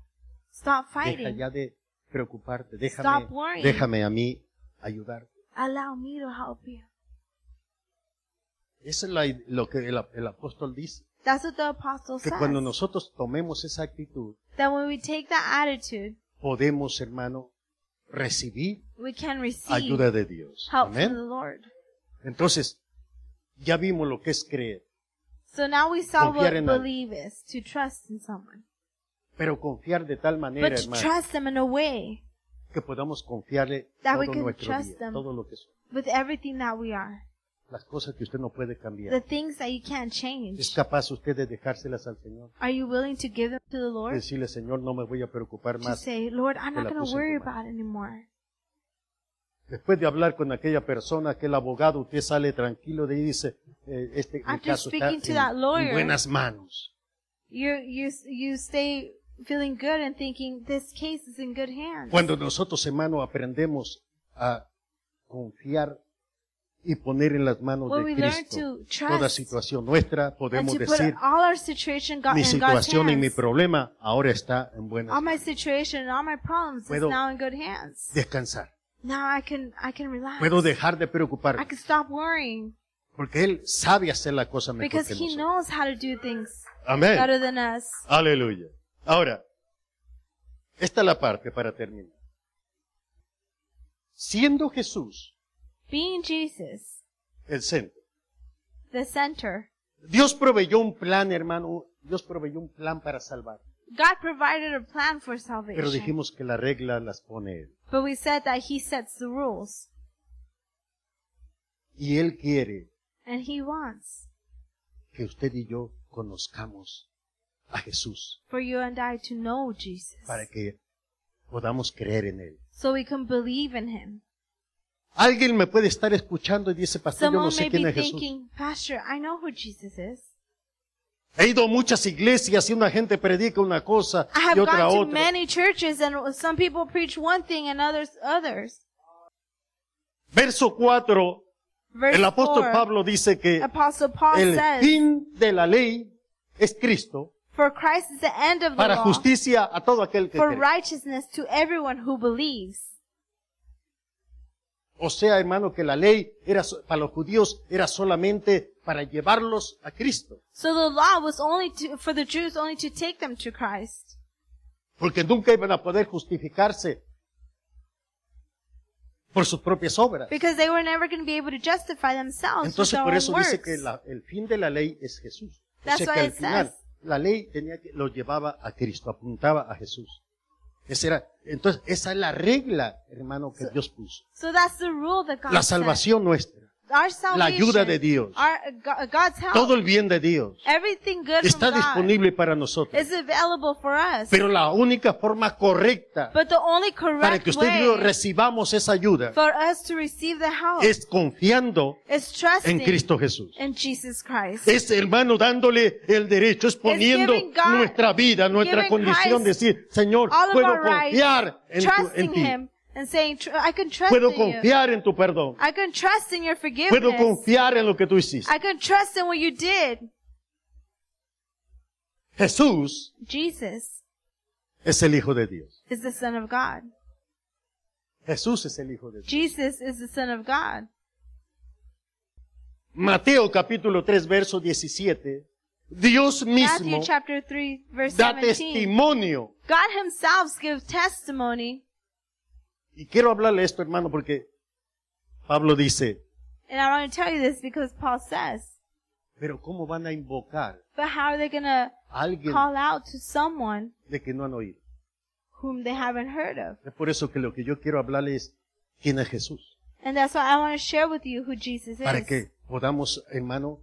Stop
deja
fighting.
ya de preocuparte, déjame,
Stop worrying.
déjame a mí ayudar.
Allow me to help you.
Eso es la- lo que el, el apóstol dice,
That's what the apostle
que
says.
cuando nosotros tomemos esa actitud,
That when we take that attitude,
podemos, hermano, recibir
we can receive
ayuda de Dios.
help from the
Amén.
Lord.
Entonces, ya vimos lo que es creer,
So now we saw what
Confiar en alguien.
believe is, to trust in someone.
pero confiar de tal manera,
But to
hermano,
trust them in a way
que podamos confiarle
That we
todo
can
nuestro
trust
día,
them.
todo lo que son,
with everything that we are.
las cosas que usted no puede cambiar.
The things that you can't
¿Es
change.
capaz usted de dejárselas al Señor?
Are you willing to give them to the
De
Lord?
Decirle, Señor, no me voy a preocupar
To
más.
say, Lord, I'm
Te
not
la puse
going to
en tu
worry
mano.
about it anymore.
Después de hablar con aquella persona, aquel abogado, usted sale tranquilo de ahí y dice, eh, este mi
After
caso está
speaking to
en-
that lawyer,
en buenas manos.
You, you, you stay feeling good and thinking, this case is in good hands.
Cuando nosotros, hermano, aprendemos a confiar y poner en las manos
When
de
we learn
Cristo
to trust
toda situación nuestra,
and
podemos
to put
decir,
all our situation God,
mi
in God's
situación y mi
hands.
problema ahora está en buenas
All my
manos.
situation and all my problems is
Puedo-
now in good hands.
Descansar.
Now I can, I can relax.
Puedo dejar de
I
preocuparme,
can stop worrying
porque Él sabe hacer la cosa mejor
because
que nosotros.
He knows how to do things
Amén.
better than us.
Aleluya. Ahora, esta es la parte para terminar. Siendo Jesús
Being Jesus,
el centro,
the center,
Dios proveyó un plan, hermano, Dios proveyó un plan para salvar.
God provided a plan for
Pero
salvation.
dijimos que la regla las pone Él.
But we said that He sets the rules
Y Él quiere
and He wants
que usted y yo conozcamos a Jesús
for you and I to know Jesus
para que podamos creer en Él.
so we can believe in Him.
Alguien me puede estar escuchando y dice, pastor, yo no
Someone
sé
may be
quién es Jesús.
thinking, Pastor, I know who Jesus is.
He ido a muchas iglesias y una gente predica una cosa
I have
y otra
gone to
otra.
many churches and some people preach one thing and others others.
Verso 4,
Verse
el apóstol
4,
Pablo dice que
Apostle Paul
el
says,
fin de la ley es Cristo
For Christ is the end of the
para
law,
justicia a todo aquel que
for
cree.
righteousness to everyone who believes.
O sea, hermano, que la ley era so- para los judíos era solamente para llevarlos a Cristo,
So the law was only to, for the Jews only to take them to Christ.
porque nunca iban a poder justificarse por sus propias obras.
Because they were never going to be able to justify themselves
Entonces,
with
por
their
eso
own works.
dice que la- el fin de la ley es Jesús. O
That's
sea, que
why
al
it
final
says-
la ley tenía que, lo llevaba a Cristo, apuntaba a Jesús. Esa era, entonces, esa es la regla, hermano, que Dios puso.
So that's the rule that God
La
set.
salvación nuestra.
Our
la
salvation,
ayuda de Dios,
our Go- God's help,
todo el bien de Dios
everything good
está
from God
disponible para nosotros.
is available for us.
Pero la única forma correcta
but the only
para
correct
que usted y yo
way
recibamos esa ayuda
for us to receive the help
es confiando
is trusting
en Cristo Jesús.
in Jesus Christ.
Es, hermano, dándole el derecho, es poniendo
giving God-
nuestra vida, nuestra
giving
condición,
Christ
decir, Señor,
all of
puedo
our rights,
confiar en, tu- en
trusting
ti,
Him and saying, "Tr- I can trust
puedo
in you.
confiar en tu perdón,
I can trust in your forgiveness.
puedo confiar en lo que tú hiciste.
I can trust in what you did.
Jesús
Jesus
es el Hijo de Dios.
is the Son of God.
Jesús es el Hijo de Dios.
Jesus is the Son of God.
Mateo capítulo 3, verso 17. Dios
Matthew
mismo
chapter 3, verse
da
17.
testimonio.
God himself gives testimony,
Y quiero hablarle esto, hermano, porque Pablo dice,
and I want to tell you this because Paul says,
pero ¿cómo van a invocar
but how are they going to
a alguien
call out to someone
de que no han oído?
whom they haven't heard of?
Es por eso que lo que yo quiero hablarle es quién es Jesús.
And that's why I want to share with you who Jesus is.
Para que podamos, hermano,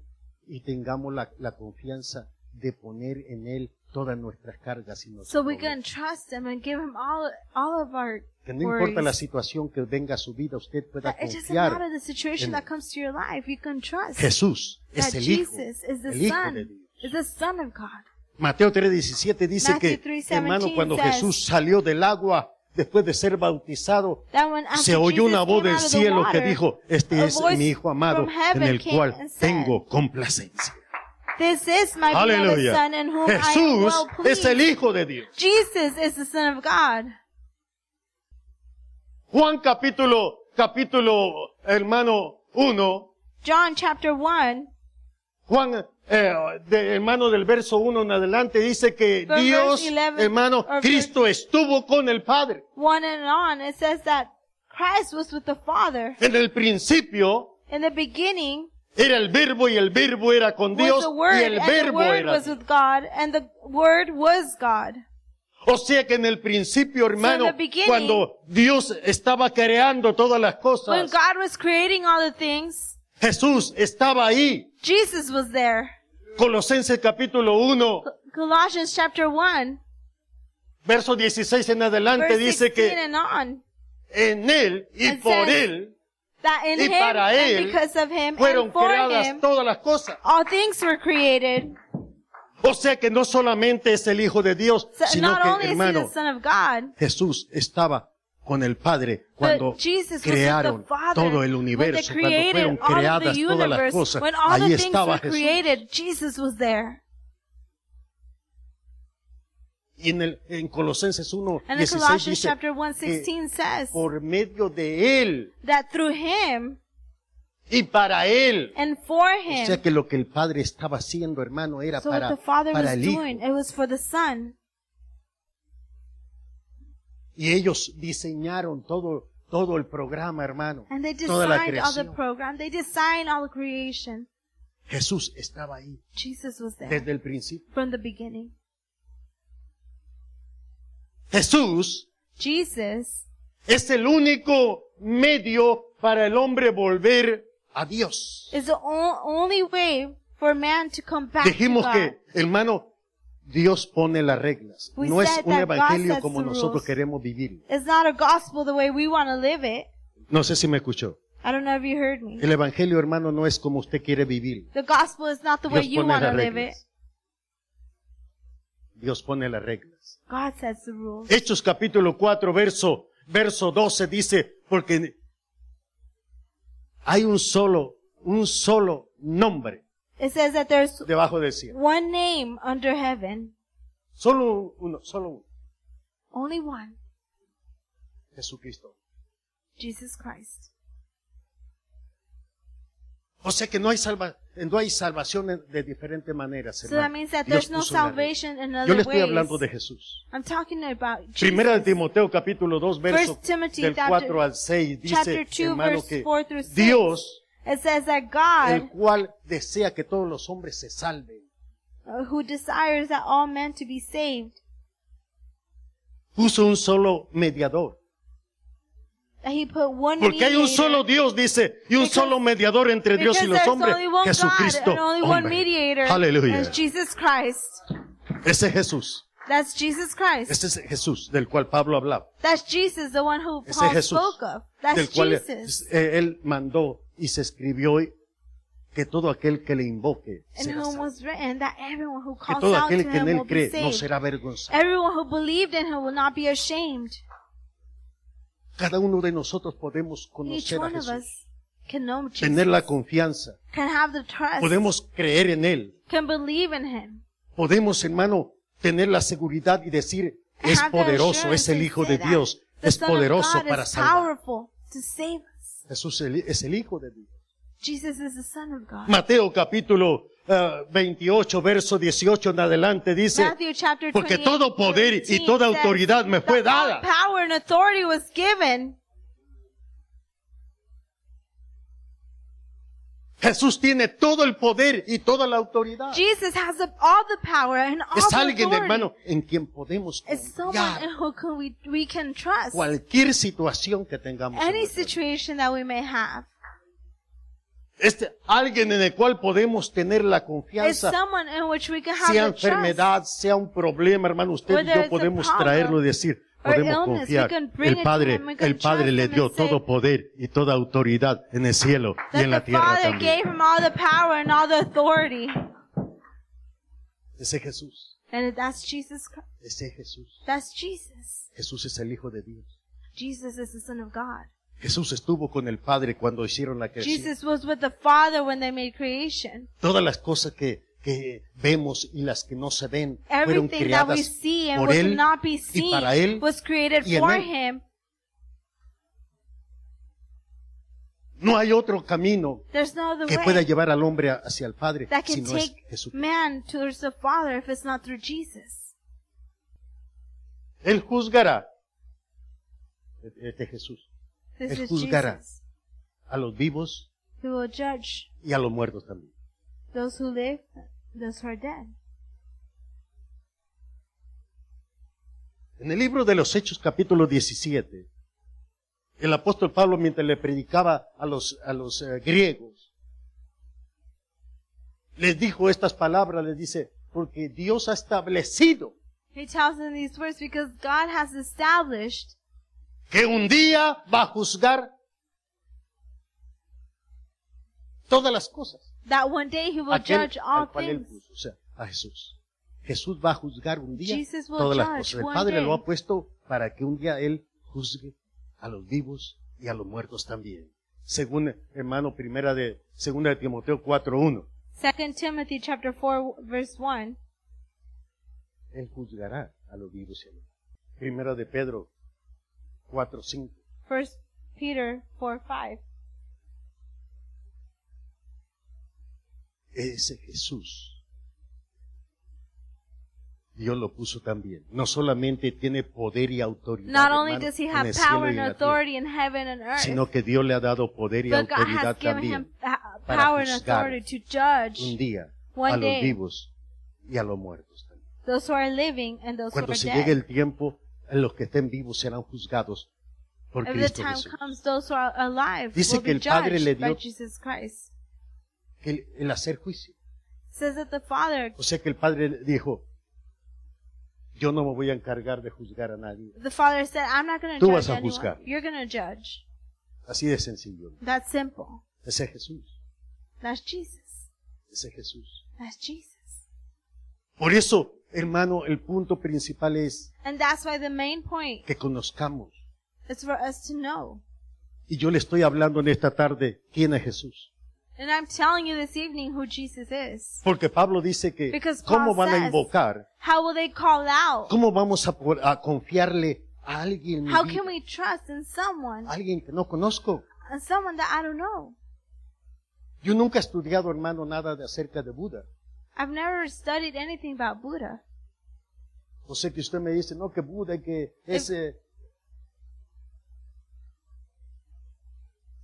y tengamos la, la confianza de poner en Él todas nuestras cargas y
So
nuestros
we
problemas.
can trust him and give him all, all of our
Que no importa la
worries.
situación que venga a su vida, usted pueda
It doesn't matter
confiar.
the situation
en-
that comes to your life. You can trust
Jesús
that
es el Hijo,
Jesus is the
el Hijo de
Son,
Dios.
is the Son of God.
Mateo 3:17 dice
Matthew
que,
3:17
hermano, cuando
says-
Jesús salió del agua después de ser bautizado,
That when after
se oyó una
Jesus
voz
came
del
out of the
cielo que
water,
dijo, este
a
es
voice
mi Hijo amado
from heaven
en el
came
cual
and said,
tengo complacencia.
This is my beloved
Aleluya.
Son in whom I am
Jesús
well
es
pleased.
el Hijo de Dios.
Jesus is the Son of God.
Juan capítulo, capítulo, hermano 1,
John chapter 1,
Juan, eh, de- hermano del verso 1 en adelante, dice que
From
Dios,
verse 11,
hermano,
or
Cristo estuvo con el Padre.
1 and on, it says that Christ was with the Father.
En el principio
In the beginning
era el verbo y el verbo era con
was
Dios
the Word,
y el
and the
verbo
Word
era.
was
Dios.
with God, and the Word was God.
O sea que en el principio, hermano,
the beginning-
cuando Dios estaba creando todas las
When
cosas,
God was creating all the things,
Jesús estaba ahí.
Jesus was there.
Colosenses capítulo 1,
Col- Colossians chapter 1,
verso 16 en adelante
verse
dice
16
que
and on,
en Él y
And
por
says,
Él
that in
y
Him
para
and
él
because of Him
fueron
and for
creadas
Him,
todas las cosas.
all things were created.
O sea que no solamente es el Hijo de Dios,
So
sino
not
que,
only is He
hermano,
the Son of God,
Jesús estaba con el Padre cuando
but Jesus
crearon
was with the Father,
todo el
when they
universo, cuando
created
fueron
all of
creadas
the
todas las
universe,
cosas.
when all
Ahí
the things
estaba
were
Jesús.
created, Jesus was there.
Y en, el, en Colosenses 1,
And in
16
Colossians
dice,
chapter 1, 16 says
por medio de Él
that through Him
y para Él.
and for
O
Him,
sea que lo que el Padre estaba haciendo, hermano, era
so
para,
what the Father
para
was
el Hijo.
doing, it was for the Son.
Y ellos diseñaron todo, todo el programa, hermano.
And they
Toda la
designed all the
creación.
program. They designed all the creation.
Jesús estaba ahí
Jesus was there
desde el principio.
from the beginning.
Jesús
Jesus
es el único medio para el hombre volver a Dios.
is the o- only way for man to come back
Dijimos
to God.
que, hermano, Dios pone las reglas.
We
No es
said
un
that God
evangelio
sets
como
the
nosotros
rules.
queremos vivirlo.
It's not a gospel the way we want to live it.
No sé si me escuchó.
I don't know if you heard me.
El evangelio, hermano, no es como usted quiere vivir.
The gospel is not the way
Dios
you
pone
want to
las
live it.
reglas. Dios pone las reglas.
God sets the rules.
Hechos capítulo 4, verso, verso 12 dice, porque hay un solo, un solo nombre
It says that there's
debajo del cielo.
one name under heaven,
Solo uno, solo uno.
only one,
Jesucristo.
Jesus Christ.
O sea que no hay, salva, no hay salvación en- de diferentes maneras.
So that
hermano.
means that
Dios
there's no
puso una regla.
salvation
Yo
in
le
other
estoy hablando de
ways.
Jesús.
I'm talking about
Primera de
Jesus.
Timoteo capítulo 2, verso
First Timothy,
del
chapter-
4 al 6 dice,
chapter 2,
hermano,
verse
que
4 through 6.
Dios,
It says that
el
God,
cual desea que todos los hombres se salven,
uh, who desires that all men to be saved
puso un solo mediador
He put one
Porque hay un
mediator.
solo Dios, dice, y un
Because-
solo mediador entre Dios
Because
y los
there's
hombres,
only one God
Jesucristo.
and only one
hombre.
mediator.
Aleluya.
That's Jesus Christ.
Ese es Jesús.
That's Jesus Christ.
Ese es Jesús del cual Pablo hablaba.
That's Jesus, the one who
Ese
Paul
es Jesús
spoke of. That's
del cual
Jesus.
eh, él mandó y se escribió hoy que todo aquel que le invoque
In
será
whom
salvo.
was written that everyone who
que
calls
todo
out to
aquel que en
him
él
will be
cree no
saved.
será avergonzado.
Everyone who believed in him will not be ashamed.
Cada uno de nosotros podemos
Each
conocer a
one of
Jesús,
us can know Jesus,
tener la confianza,
can have the trust,
podemos creer en él,
can believe in him.
podemos, hermano, tener la seguridad y decir, es
have the
poderoso,
assurance
es el
and
Hijo
say
de
that
Dios,
the
es
Son of
poderoso
God
para
is
salvar.
powerful to save us.
Jesús el- es el Hijo de Dios.
Jesus is the Son of God.
Mateo capítulo eh, 28, verso 18 en adelante dice,
Matthew chapter 28,
Porque todo poder y
13
toda
says,
autoridad me fue
"That all
dada."
Power and authority was given.
Jesús tiene todo el poder y toda la autoridad.
Jesus has the, all the power and all
Es
the
alguien,
authority.
hermano, en quien podemos
It's someone in
confiar
who can we, we can trust.
cualquier situación que tengamos. en
Any
nuestra vida.
situation that we may have.
Este alguien en el cual podemos tener la
It's
confianza,
someone in which we can have
sea
the trust.
enfermedad, sea un problema, hermano, usted y
Whether
yo
it's a
podemos
problem
traerlo y decir,
or
podemos
illness, we
confiar.
can bring it
El
to
Padre,
him, we can
el Padre
trust
le
him
dio
and say
todo poder y toda autoridad en el cielo y
That
en la
the
tierra
Father
también.
gave him all the power and all the authority.
Ese es Jesús,
And that's Jesus. Christ.
ese es Jesús.
That's Jesus.
Jesús es el Hijo de Dios.
Jesus is the Son of God.
Jesús estuvo con el Padre cuando hicieron la creación.
Jesus was with the Father when they made creation.
Todas las cosas que, que vemos y las que no se ven fueron
Everything that we
creadas
see and
por
what
Él
cannot be
y para
seen
Él.
was created
y en
for
Él.
him.
No hay otro camino
There's no other
que pueda
way
llevar al hombre a- hacia el Padre
that
si
can
no es
take
Jesús.
man towards the Father if it's not through Jesus.
Él juzgará, este es Jesús,
This
Él
is
juzgará.
Jesus
a los vivos
who will judge
y a los muertos también.
those who live, those who are dead.
En el libro de los Hechos capítulo 17, el apóstol Pablo mientras le predicaba a los, a los eh, griegos, les dijo estas palabras, les dice, porque Dios ha establecido
He tells them these words because God has established
que un día va a juzgar todas las cosas.
that one day he will
Aquel
judge all
al cual él
things.
puso, o sea, a Jesús. Jesús va a juzgar un día
Jesus will
todas las
judge
cosas. El
one
Padre
day.
lo ha puesto para que un día él juzgue a los vivos y a los muertos también. Según hermano primera de segunda de Timoteo 4:1,
Second Timothy chapter 4 verse 1.
él juzgará a los vivos y a los muertos. Primera de Pedro 4:5.
First Peter 4 5.
Ese Jesús. Dios lo puso también. No solamente tiene poder y autoridad
Not only
hermano,
does he
en
have
el cielo
power
y en
and
la tierra,
authority in heaven and earth,
sino que Dios le ha dado poder y
but God has
autoridad
given him
también
uh,
para
power and
juzgar
authority to
un
judge
día
one
a los
day.
vivos y a los muertos también.
those who are living and those who
Cuando
are
se llegue
dead.
el tiempo, los que estén vivos serán juzgados por
If the
Cristo
time
Jesús.
comes, those who are alive
Dice
will
que
be
el Padre le
judged by
dio-
Jesus Christ.
El, el hacer juicio.
Says that the Father,
O sea que el Padre le dijo, yo no me voy a encargar de juzgar a nadie.
the Father said, "I'm not going to
Tú
judge
vas a
anyone.
juzgar.
You're going to judge."
Así de sencillo.
That's simple.
Ese es Jesús.
That's Jesus.
Ese es Jesús.
That's Jesus.
Por eso, hermano, el punto principal es
And that's why the main point
que conozcamos.
is for us to know.
Y yo le estoy hablando en esta tarde quién es Jesús.
And I'm telling you this evening who Jesus is.
Porque Pablo dice que
Because Paul
cómo van a
says-
invocar,
How will they call out?
cómo vamos a, por- a confiarle a alguien, mi
How
vida,
can we trust in someone,
a alguien que no conozco.
in someone that I don't know?
Yo nunca he estudiado, hermano, nada de acerca de Buda.
I've never studied anything about Buddha.
O sea que usted me dice, no, que Buda, que es... eh,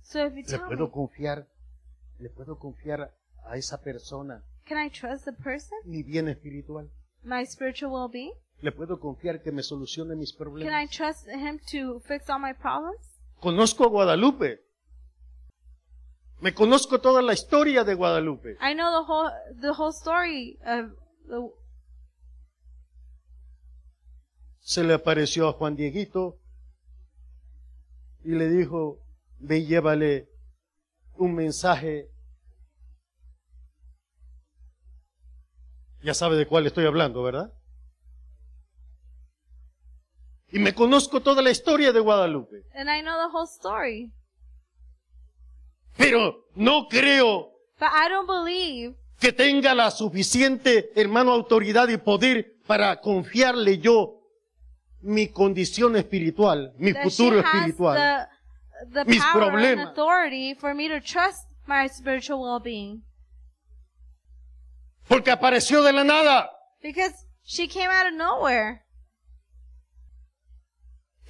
So if you
le
tell me,
puedo confiar, le puedo confiar a esa persona
can I trust the person?
mi bien espiritual.
My spiritual well-being?
Le puedo confiar que me solucione mis
Can I
problemas.
trust him to fix all my problems?
Conozco a Guadalupe. Me conozco toda la historia de Guadalupe.
I know the whole the whole story of the
Se le apareció a Juan Dieguito y le dijo, ve y llévale un mensaje. Ya sabe de cuál estoy hablando, ¿verdad? Y me conozco toda la historia de Guadalupe.
and I know the whole story.
Pero no creo
But I don't believe
que tenga la suficiente, hermano, autoridad y poder para confiarle yo mi condición espiritual, mi
that she
futuro
has
espiritual.
the the
Mis
power and
problemas.
authority for me to trust my spiritual well-being
Porque apareció de la nada
because she came out of nowhere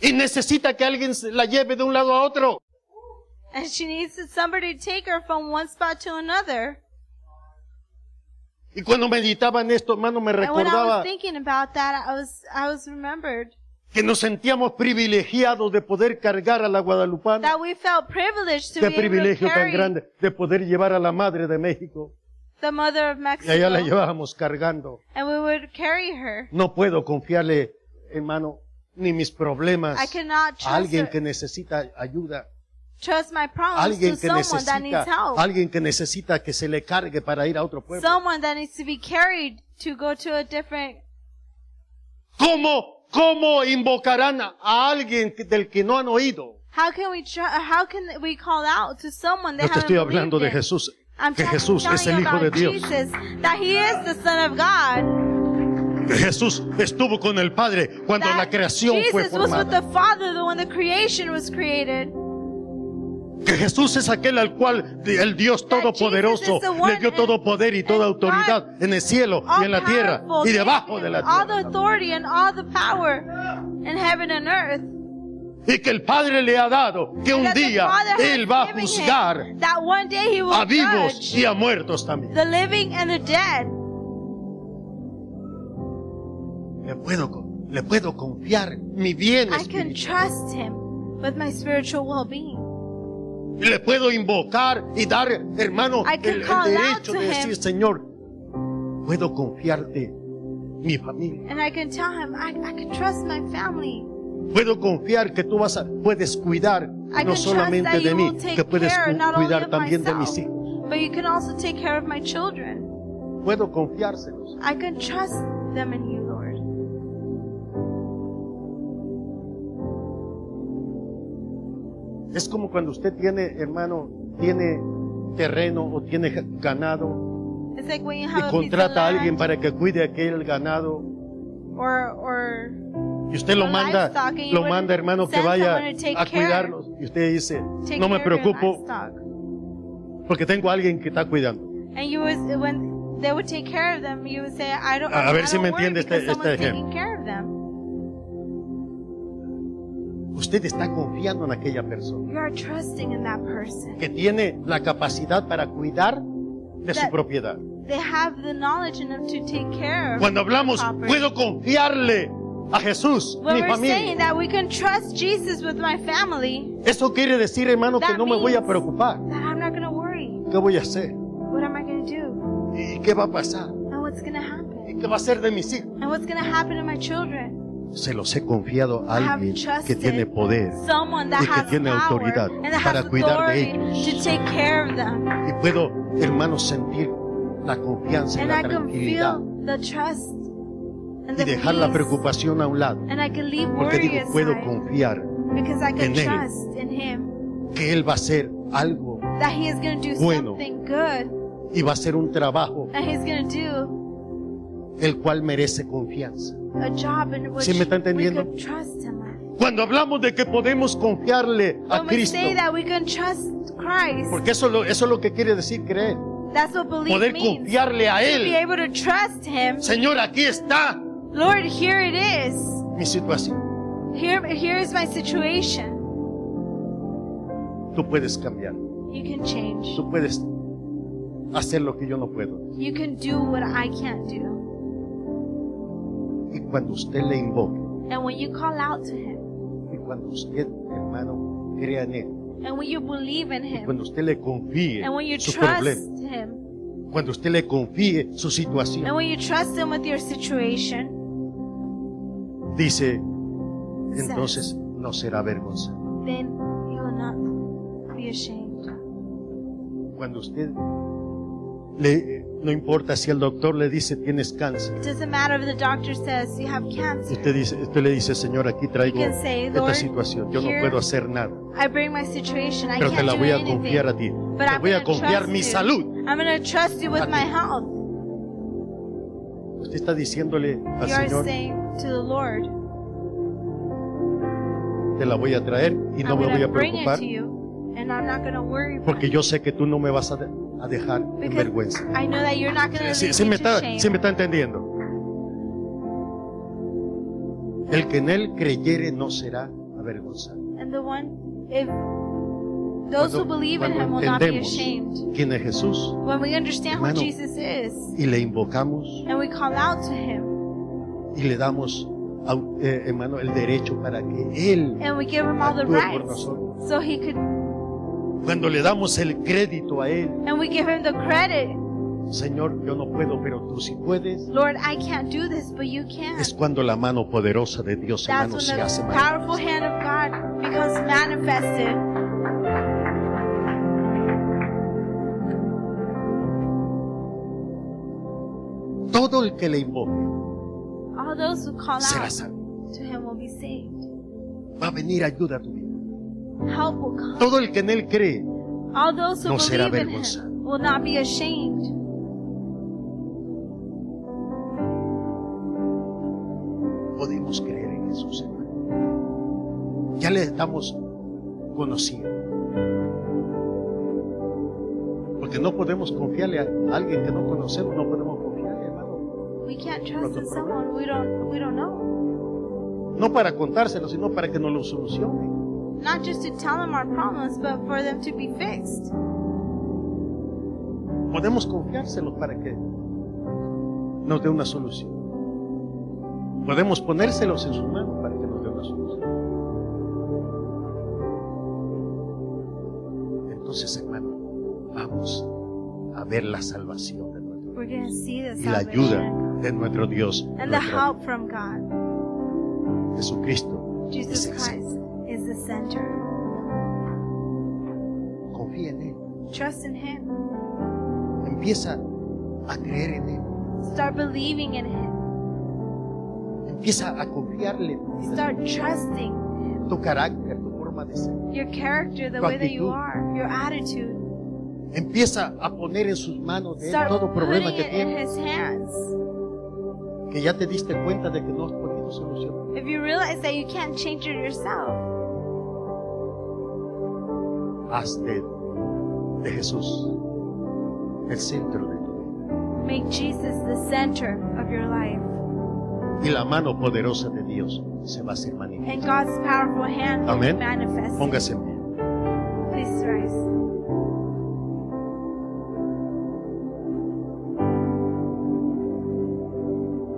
y necesita que alguien se la lleve de un lado a otro.
and she needs somebody to take her from one spot to another.
Y cuando meditaba en esto, hermano, me
And when I was
recordaba
thinking about that, I was I was remembered
que nos sentíamos privilegiados de poder cargar a la guadalupana.
that we felt privileged to
Qué
be able to
privilegio tan
carry
grande de poder llevar a la madre de México.
the mother of
Y allá la
Mexico,
llevábamos cargando.
and we would carry her.
No puedo confiarle, hermano, ni mis problemas
I
a
cannot trust
alguien
her,
que necesita ayuda,
trust my
a
problems to
alguien que
someone that needs
necesita,
help,
a alguien que necesita que se le cargue para ir a otro pueblo.
someone that needs to be carried to go to a different.
¿Cómo, cómo invocarán a alguien que- del que no han oído?
How can we tr- How can we call out to someone
No
that
te estoy
haven't
hablando
believed
de
in?
Jesús,
I'm
que
talking-
Jesús es el
telling you
Hijo de
about
Dios.
Jesus, that He is the Son of God.
Que Jesús estuvo con el Padre cuando
That
la creación
Jesus
fue
was with
formada.
the Father the- when the creation was created.
Que Jesús es aquel al cual el Dios
That
Todopoderoso
Jesus is the one
le dio todo poder y toda
and
autoridad en el cielo y en la tierra
all-powerful,
y debajo de la tierra.
all the authority and all the power in heaven and earth.
y que el Padre le ha dado, que un
That the
día
Father has
Él va a
given him,
juzgar
That one day he will
a vivos
judge
y a muertos también.
the living and the dead.
Le puedo, con- le puedo confiar mi bien
I can
espiritual.
trust him with my spiritual well-being.
Y Le puedo invocar y dar, hermano,
I can
el, el
call out
derecho
to
de
him.
decir, Señor, puedo confiarte mi familia.
And I can tell him I, I can trust my family.
Puedo confiar que tú vas a, puedes cuidar
I
no
can trust
solamente
that
de
you
mí,
will take
que puedes
care
cu-
not only
cuidar
of
también de mis
myself,
hijos.
but you can also take care of my children.
Puedo confiárselos.
I can trust them in you, Lord.
Es como cuando usted tiene, hermano, tiene terreno o tiene ganado
It's like when you
y
have a piece of
contrata a alguien
land
para que cuide aquel ganado
or or
y usted lo
For
manda,
livestock, and you
lo
would
manda hermano que
send
vaya
someone to take
a
care.
cuidarlos y usted dice,
take
no me
care of your
preocupo
livestock.
porque tengo a alguien que está cuidando.
And you was when they would take care of them, you would say, I don't.
A- a
I
ver
don't
si me
worry
entiende este-
because
este
someone's
ejemplo.
taking care of them.
Usted está confiando en aquella persona
You are trusting in that person.
que tiene la capacidad para cuidar de su
That-
propiedad.
They have the knowledge enough to take care of.
Cuando hablamos,
property.
puedo confiarle a Jesús,
When
mi
Ah, we're
familia.
saying that we can trust Jesus with my family,
Eso quiere decir, hermano, que
That
no me voy a
means-
preocupar.
that I'm not gonna worry.
¿Qué voy a hacer?
What am I gonna do?
¿Y qué va a pasar?
And what's gonna
¿Y
happen?
qué va a ser de mis hijos?
And what's gonna happen to my children?
Se los he confiado a
I have
alguien que
trusted
tiene poder
someone that
y que
has
tiene
power
autoridad
and that
para
has
cuidar de
authority To take care of them.
y puedo, hermanos, sentir la confianza y
And
la
I can
tranquilidad
feel the trust and
y
the
dejar la
peace.
preocupación a un lado,
And I can leave
porque
worry
digo, puedo
aside
confiar
because I can
en él.
trust in him
que él va a hacer algo
that he is going to do
Bueno.
something good
y va a hacer un trabajo
and he's going to do
el cual merece confianza.
a job in which
¿Sí me está
we
entendiendo?
could trust him at.
Cuando hablamos de que podemos confiarle a
When we
Cristo,
say that we can trust Christ,
porque eso, es lo- eso es lo que quiere decir creer,
that's what belief
poder
means.
confiarle a
To be
Él.
able to trust him.
Señor, aquí está
Lord, here it is.
mi situación.
Here, here is my situation.
Tú puedes cambiar,
You can change.
tú puedes hacer lo que yo no puedo.
You can do what I can't do.
Y cuando usted le invoque,
And when you call out to Him,
y cuando usted, hermano, crea en Él,
And when you believe in Him,
cuando usted le confíe
and when you
su
trust
problema,
Him,
cuando usted le confíe su situación,
and when you trust Him with your situation,
dice, entonces no será vergonzado.
then you will not be ashamed.
Cuando usted le, eh, no importa si el doctor le dice tienes cáncer,
It doesn't matter if the doctor says you have cancer.
usted, dice, usted le dice, Señor, aquí traigo
You can say,
esta
"Lord,
situación, yo no
here-
puedo hacer nada,
I bring my situation. I
pero te
can't
la
do
voy a
anything.
confiar a ti,
But
te
I'm
voy a
gonna
confiar
trust
mi
you.
salud.
I'm going to trust you
A
with
ti.
my health.
Usted está diciéndole al
You are
Señor,
saying to the Lord,
te la voy a traer y no
I'm
me
going
voy
to
a
bring it
preocupar
to you, and I'm not going to worry about
porque yo sé que tú no me vas a, de- a dejar
it
en
because
vergüenza.
I know that you're not going to
Sí,
leave
sí
me
me
to
está,
shame.
sí me está entendiendo. El que en él creyere no será avergonzado.
And the one, if those who believe in Him will not be
entendemos
ashamed.
quién es Jesús
When we understand who
Hermano.
Jesus is,
y le invocamos
and we call out to Him,
y le damos, au- eh, hermano, el derecho para que él,
and we give Him all the
Actúe por
rights,
nosotros.
so He could,
cuando le damos el crédito a él,
and we give Him the credit.
Señor, yo no puedo, pero tú sí puedes,
Lord, I can't do this, but You can.
es cuando la mano poderosa de Dios,
That's
hermano,
when
se hace
the
más.
powerful hand of God becomes manifested.
Todo el que le invoque
All those who call
será
out
salvo.
to Him will be saved.
Va a venir ayuda a tu vida.
Help will come.
Todo el que en él cree
All those who
No será
believe in
vergonzado.
Him will not be ashamed.
podemos creer en Jesús, hermano. Ya le estamos conociendo. Porque no podemos confiarle a alguien que no conocemos, no podemos confiarle, hermano.
We can't trust
Otro
in
problema.
someone we don't we don't know.
No para contárselo, sino para que nos lo solucione.
Not just to tell them our problems, but for them to be fixed.
Podemos confiárselo para que nos dé una solución. Podemos ponérselos en sus manos para que nos dé una solución. Entonces, hermano, vamos a ver la salvación de nuestro
We're gonna see the
y la
salvation
ayuda de nuestro Dios,
and the
nuestro
help from God.
Jesucristo.
Jesus
Es el
Christ is the center.
Confía en Él.
Trust in Him.
Empieza a creer en Él.
Start believing in Him.
Empieza a confiarle
Start trusting
tu carácter, tu forma de ser.
your character, the
Tu
way that you
actitud.
are, your attitude.
Empieza a poner en sus manos de Él
Start
todo problema
putting
que
it in
tienes,
His hands.
que ya te diste cuenta de que no has podido solucionar.
If you realize that you can't change it yourself,
Haz de, de Jesús el centro de tu vida
make Jesus the center of your life,
y la mano poderosa de Dios se va a hacer manifiesta.
and God's powerful hand will
Amén.
be manifested.
Póngase en pie.
Please rise.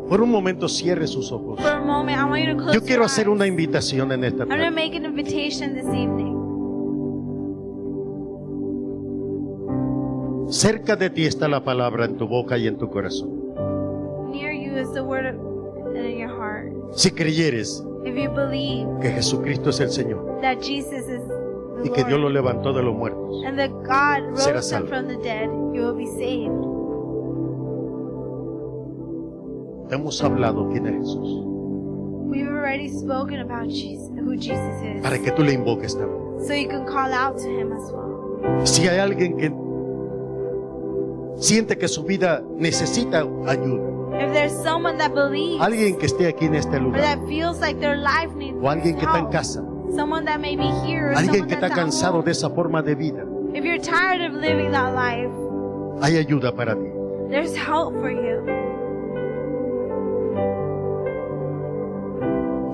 Por un momento cierre sus ojos.
For a moment, I want you to close
Yo quiero
your
hacer
eyes.
una invitación en esta
I'm going to
tarde.
make an invitation this evening.
Cerca de ti está la palabra en tu boca y en tu corazón.
Near you is the word of, in your heart.
Si creyeres
If you believe
que Jesucristo es el Señor
that Jesus is the
y que Dios lo
Lord,
levantó de los muertos,
and that God
Serás
rose
salvo.
him from the dead, you will be saved.
te hemos hablado quién es Jesús,
We've already spoken about Jesus, who Jesus is.
para que tú le invoques también.
So you can call out to him as well.
Si hay alguien que siente que su vida necesita ayuda,
If there's someone that believes
alguien que esté aquí en este
or
lugar,
that feels like their life needs
o alguien que está en
help,
casa,
someone that may be here, or
alguien
someone
que está
that's at
cansado
home,
de esa forma de vida,
if you're tired of living that life,
hay ayuda para ti.
there's help for you.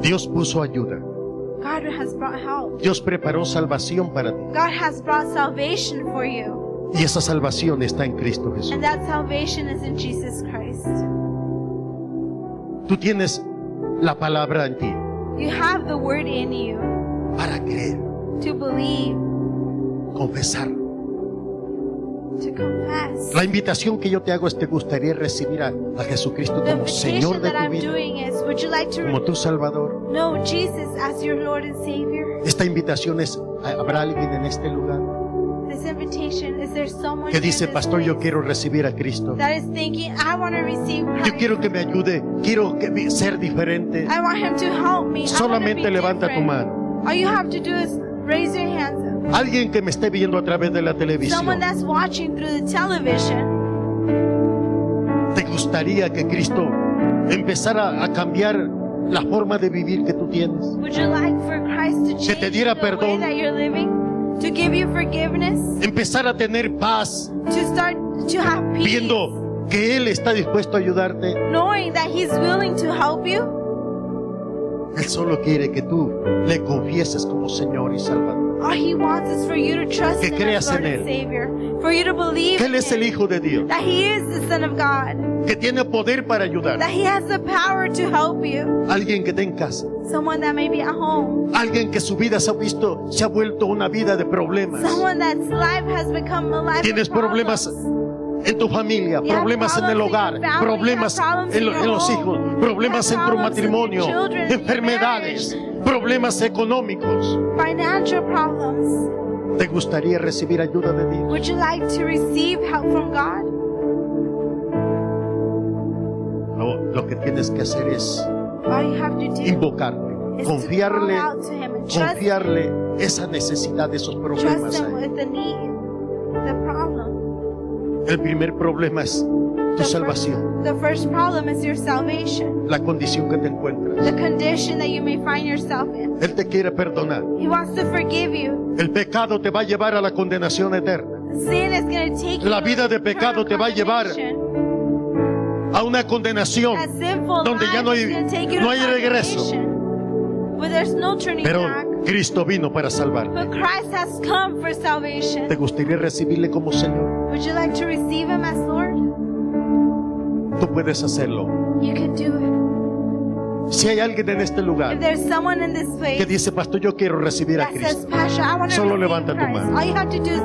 Dios puso ayuda,
God has brought help.
Dios preparó salvación para ti
God has brought salvation for you,
y esa salvación está en Cristo Jesús.
and that salvation is in Jesus Christ.
Tú tienes la palabra en ti
You have the word in you
para creer.
to believe,
confesar.
to confess.
La invitación que yo te hago es te gustaría recibir a, a Jesucristo
The
como Señor
invitation
de
that
tu
I'm
vida,
doing is, would you like to
como
re-
tu Salvador.
know Jesus as your Lord and Savior?
Esta invitación es, habrá alguien en este lugar
This invitation, is there someone
que
here
dice,
this
pastor, yo
place
quiero recibir a Cristo.
that is thinking, I want to receive
Yo
Christ.
quiero que me ayude, quiero que me- ser diferente.
I want him to help me. I wanna be
Solamente levanta tu
different.
mano.
All you have to do is raise your hands.
Alguien que me esté viendo a través de la
Someone
televisión,
that's watching through the television,
¿te gustaría que Cristo empezara a cambiar la forma de vivir que tú tienes?
would you like for Christ to
Que te
change
diera
the way
perdón.
that you're living? To give you forgiveness?
Empezar a tener paz,
To start to have peace?
viendo que Él está dispuesto a ayudarte.
Knowing that He's willing to help you?
Él solo quiere que tú le confieses como Señor y Salvador.
All He wants is for you to trust
Que
Him
creas
as Lord
en
and
Él.
Savior. For you to believe
Que Él
in
es el
him,
Hijo de Dios,
that He is the Son of God.
que tiene poder para ayudar.
That He has the power to help you.
Alguien que esté en casa,
Someone that may be at home.
alguien que su vida se ha visto, se ha vuelto una vida de problemas.
Someone that's life has become a life
Tienes
of
problemas en tu familia,
You have
problemas en el
problems in
hogar,
your family,
problemas
you have problems
en, lo-
in your
en los
home,
hijos,
you have
problemas en tu
problems in your
matrimonio,
children, in your
enfermedades, problemas económicos.
Financial problems.
¿Te gustaría recibir ayuda de Dios?
Would you like to receive help from God?
Lo, lo que tienes que hacer es
All you have to do
invocarle,
is
confiarle
to call out to Him and trust,
confiarle esa necesidad, esos problemas.
trust
a
Him
Él.
with the need, the problem.
El primer problema es tu
the
salvación,
First, the first problem is your salvation,
la condición que te encuentras.
the condition that you may find yourself in.
Él te quiere perdonar.
He wants to forgive you.
El pecado te va a llevar a la condenación eterna,
Sin is going to take you
La
to
vida de
eternal
pecado te va a llevar
condemnation.
a una
A
condenación.
sinful
donde ya
life
no hay-
is gonna take you to
no hay regreso.
condemnation. But there's no turning
Pero
back.
Cristo vino para salvar.
But Christ has come for salvation.
¿Te gustaría recibirle como Señor?
Would you like to receive him as Lord?
Tú puedes hacerlo.
You can do
Si hay alguien en este
it. If
lugar
there's someone in this
que
place
dice, Pastor, yo quiero recibir a
that says,
Cristo.
Pastor, I want to
Solo
receive
levanta tu
Christ.
mano.
All you have to do is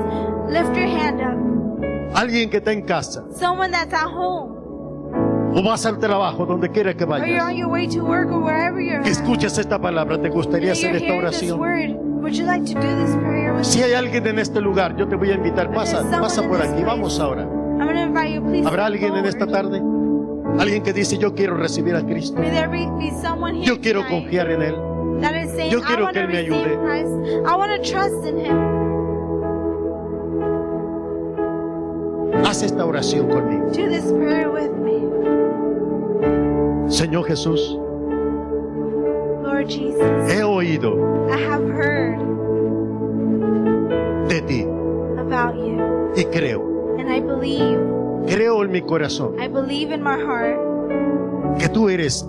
lift your hand up.
Alguien que está en casa
Someone that's at home,
o vas al trabajo, donde quiera que
or you're
vayas.
on your way to work, or wherever you're
que
at,
escuches esta palabra, te
and
gustaría hacer
you're
esta
hearing this
oración.
word, would you like to do this prayer with
Si hay alguien en este lugar, yo te voy a invitar. Pasa, pasa por aquí. Vamos ahora.
me? I'm going to invite you, please.
¿Habrá
come
alguien en esta
forward.
tarde? Alguien que dice, yo quiero recibir a Cristo.
May there be, be someone here
Yo quiero
tonight
confiar en Él.
that is saying,
Yo
I
quiero
want
que
to
Él me
receive
ayude."
Christ. I want to trust in him.
Haz esta oración conmigo.
Do this prayer with me,
Señor Jesús,
Lord Jesus.
he oído
I have heard
de ti
about you,
y creo,
and I believe,
creo en mi corazón
I believe in my heart
que tú eres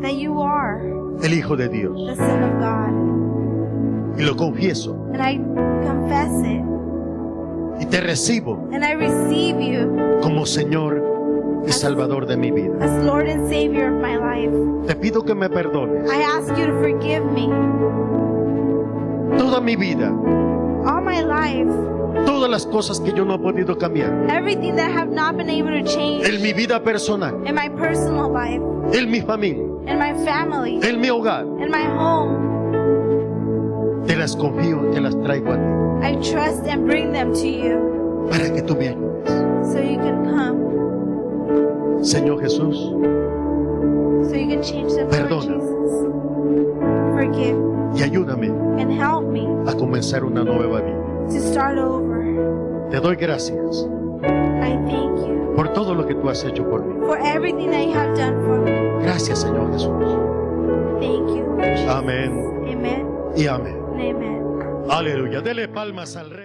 that you are
el Hijo de Dios.
the Son of God.
Y lo confieso
And I confess it,
y te recibo
and I receive you
como Señor y Salvador de mi vida.
as Lord and Savior of my life.
Te pido que me perdones
I ask you to forgive me.
toda mi vida
All my life,
todas las cosas que yo no he podido cambiar
everything that I have not been able to change
en mi vida personal,
in my personal life,
en mi familia,
in my family,
en mi hogar,
in my home,
te las confío, te las traigo a ti
I trust and bring them to you
para que tú me ayudes.
so you can come,
Señor Jesús,
so you can change them. Lord
Perdona.
Jesus. Forgive.
y ayúdame
and help me
a comenzar una nueva vida.
to start over.
Te doy gracias
I thank you
por todo lo que tú has hecho por mí.
for everything that you have done for me.
Gracias, Señor Jesús.
Thank you. Lord Jesus.
Amén.
Amen.
Y amén.
and Amen.
Aleluya. Dele palmas al Rey.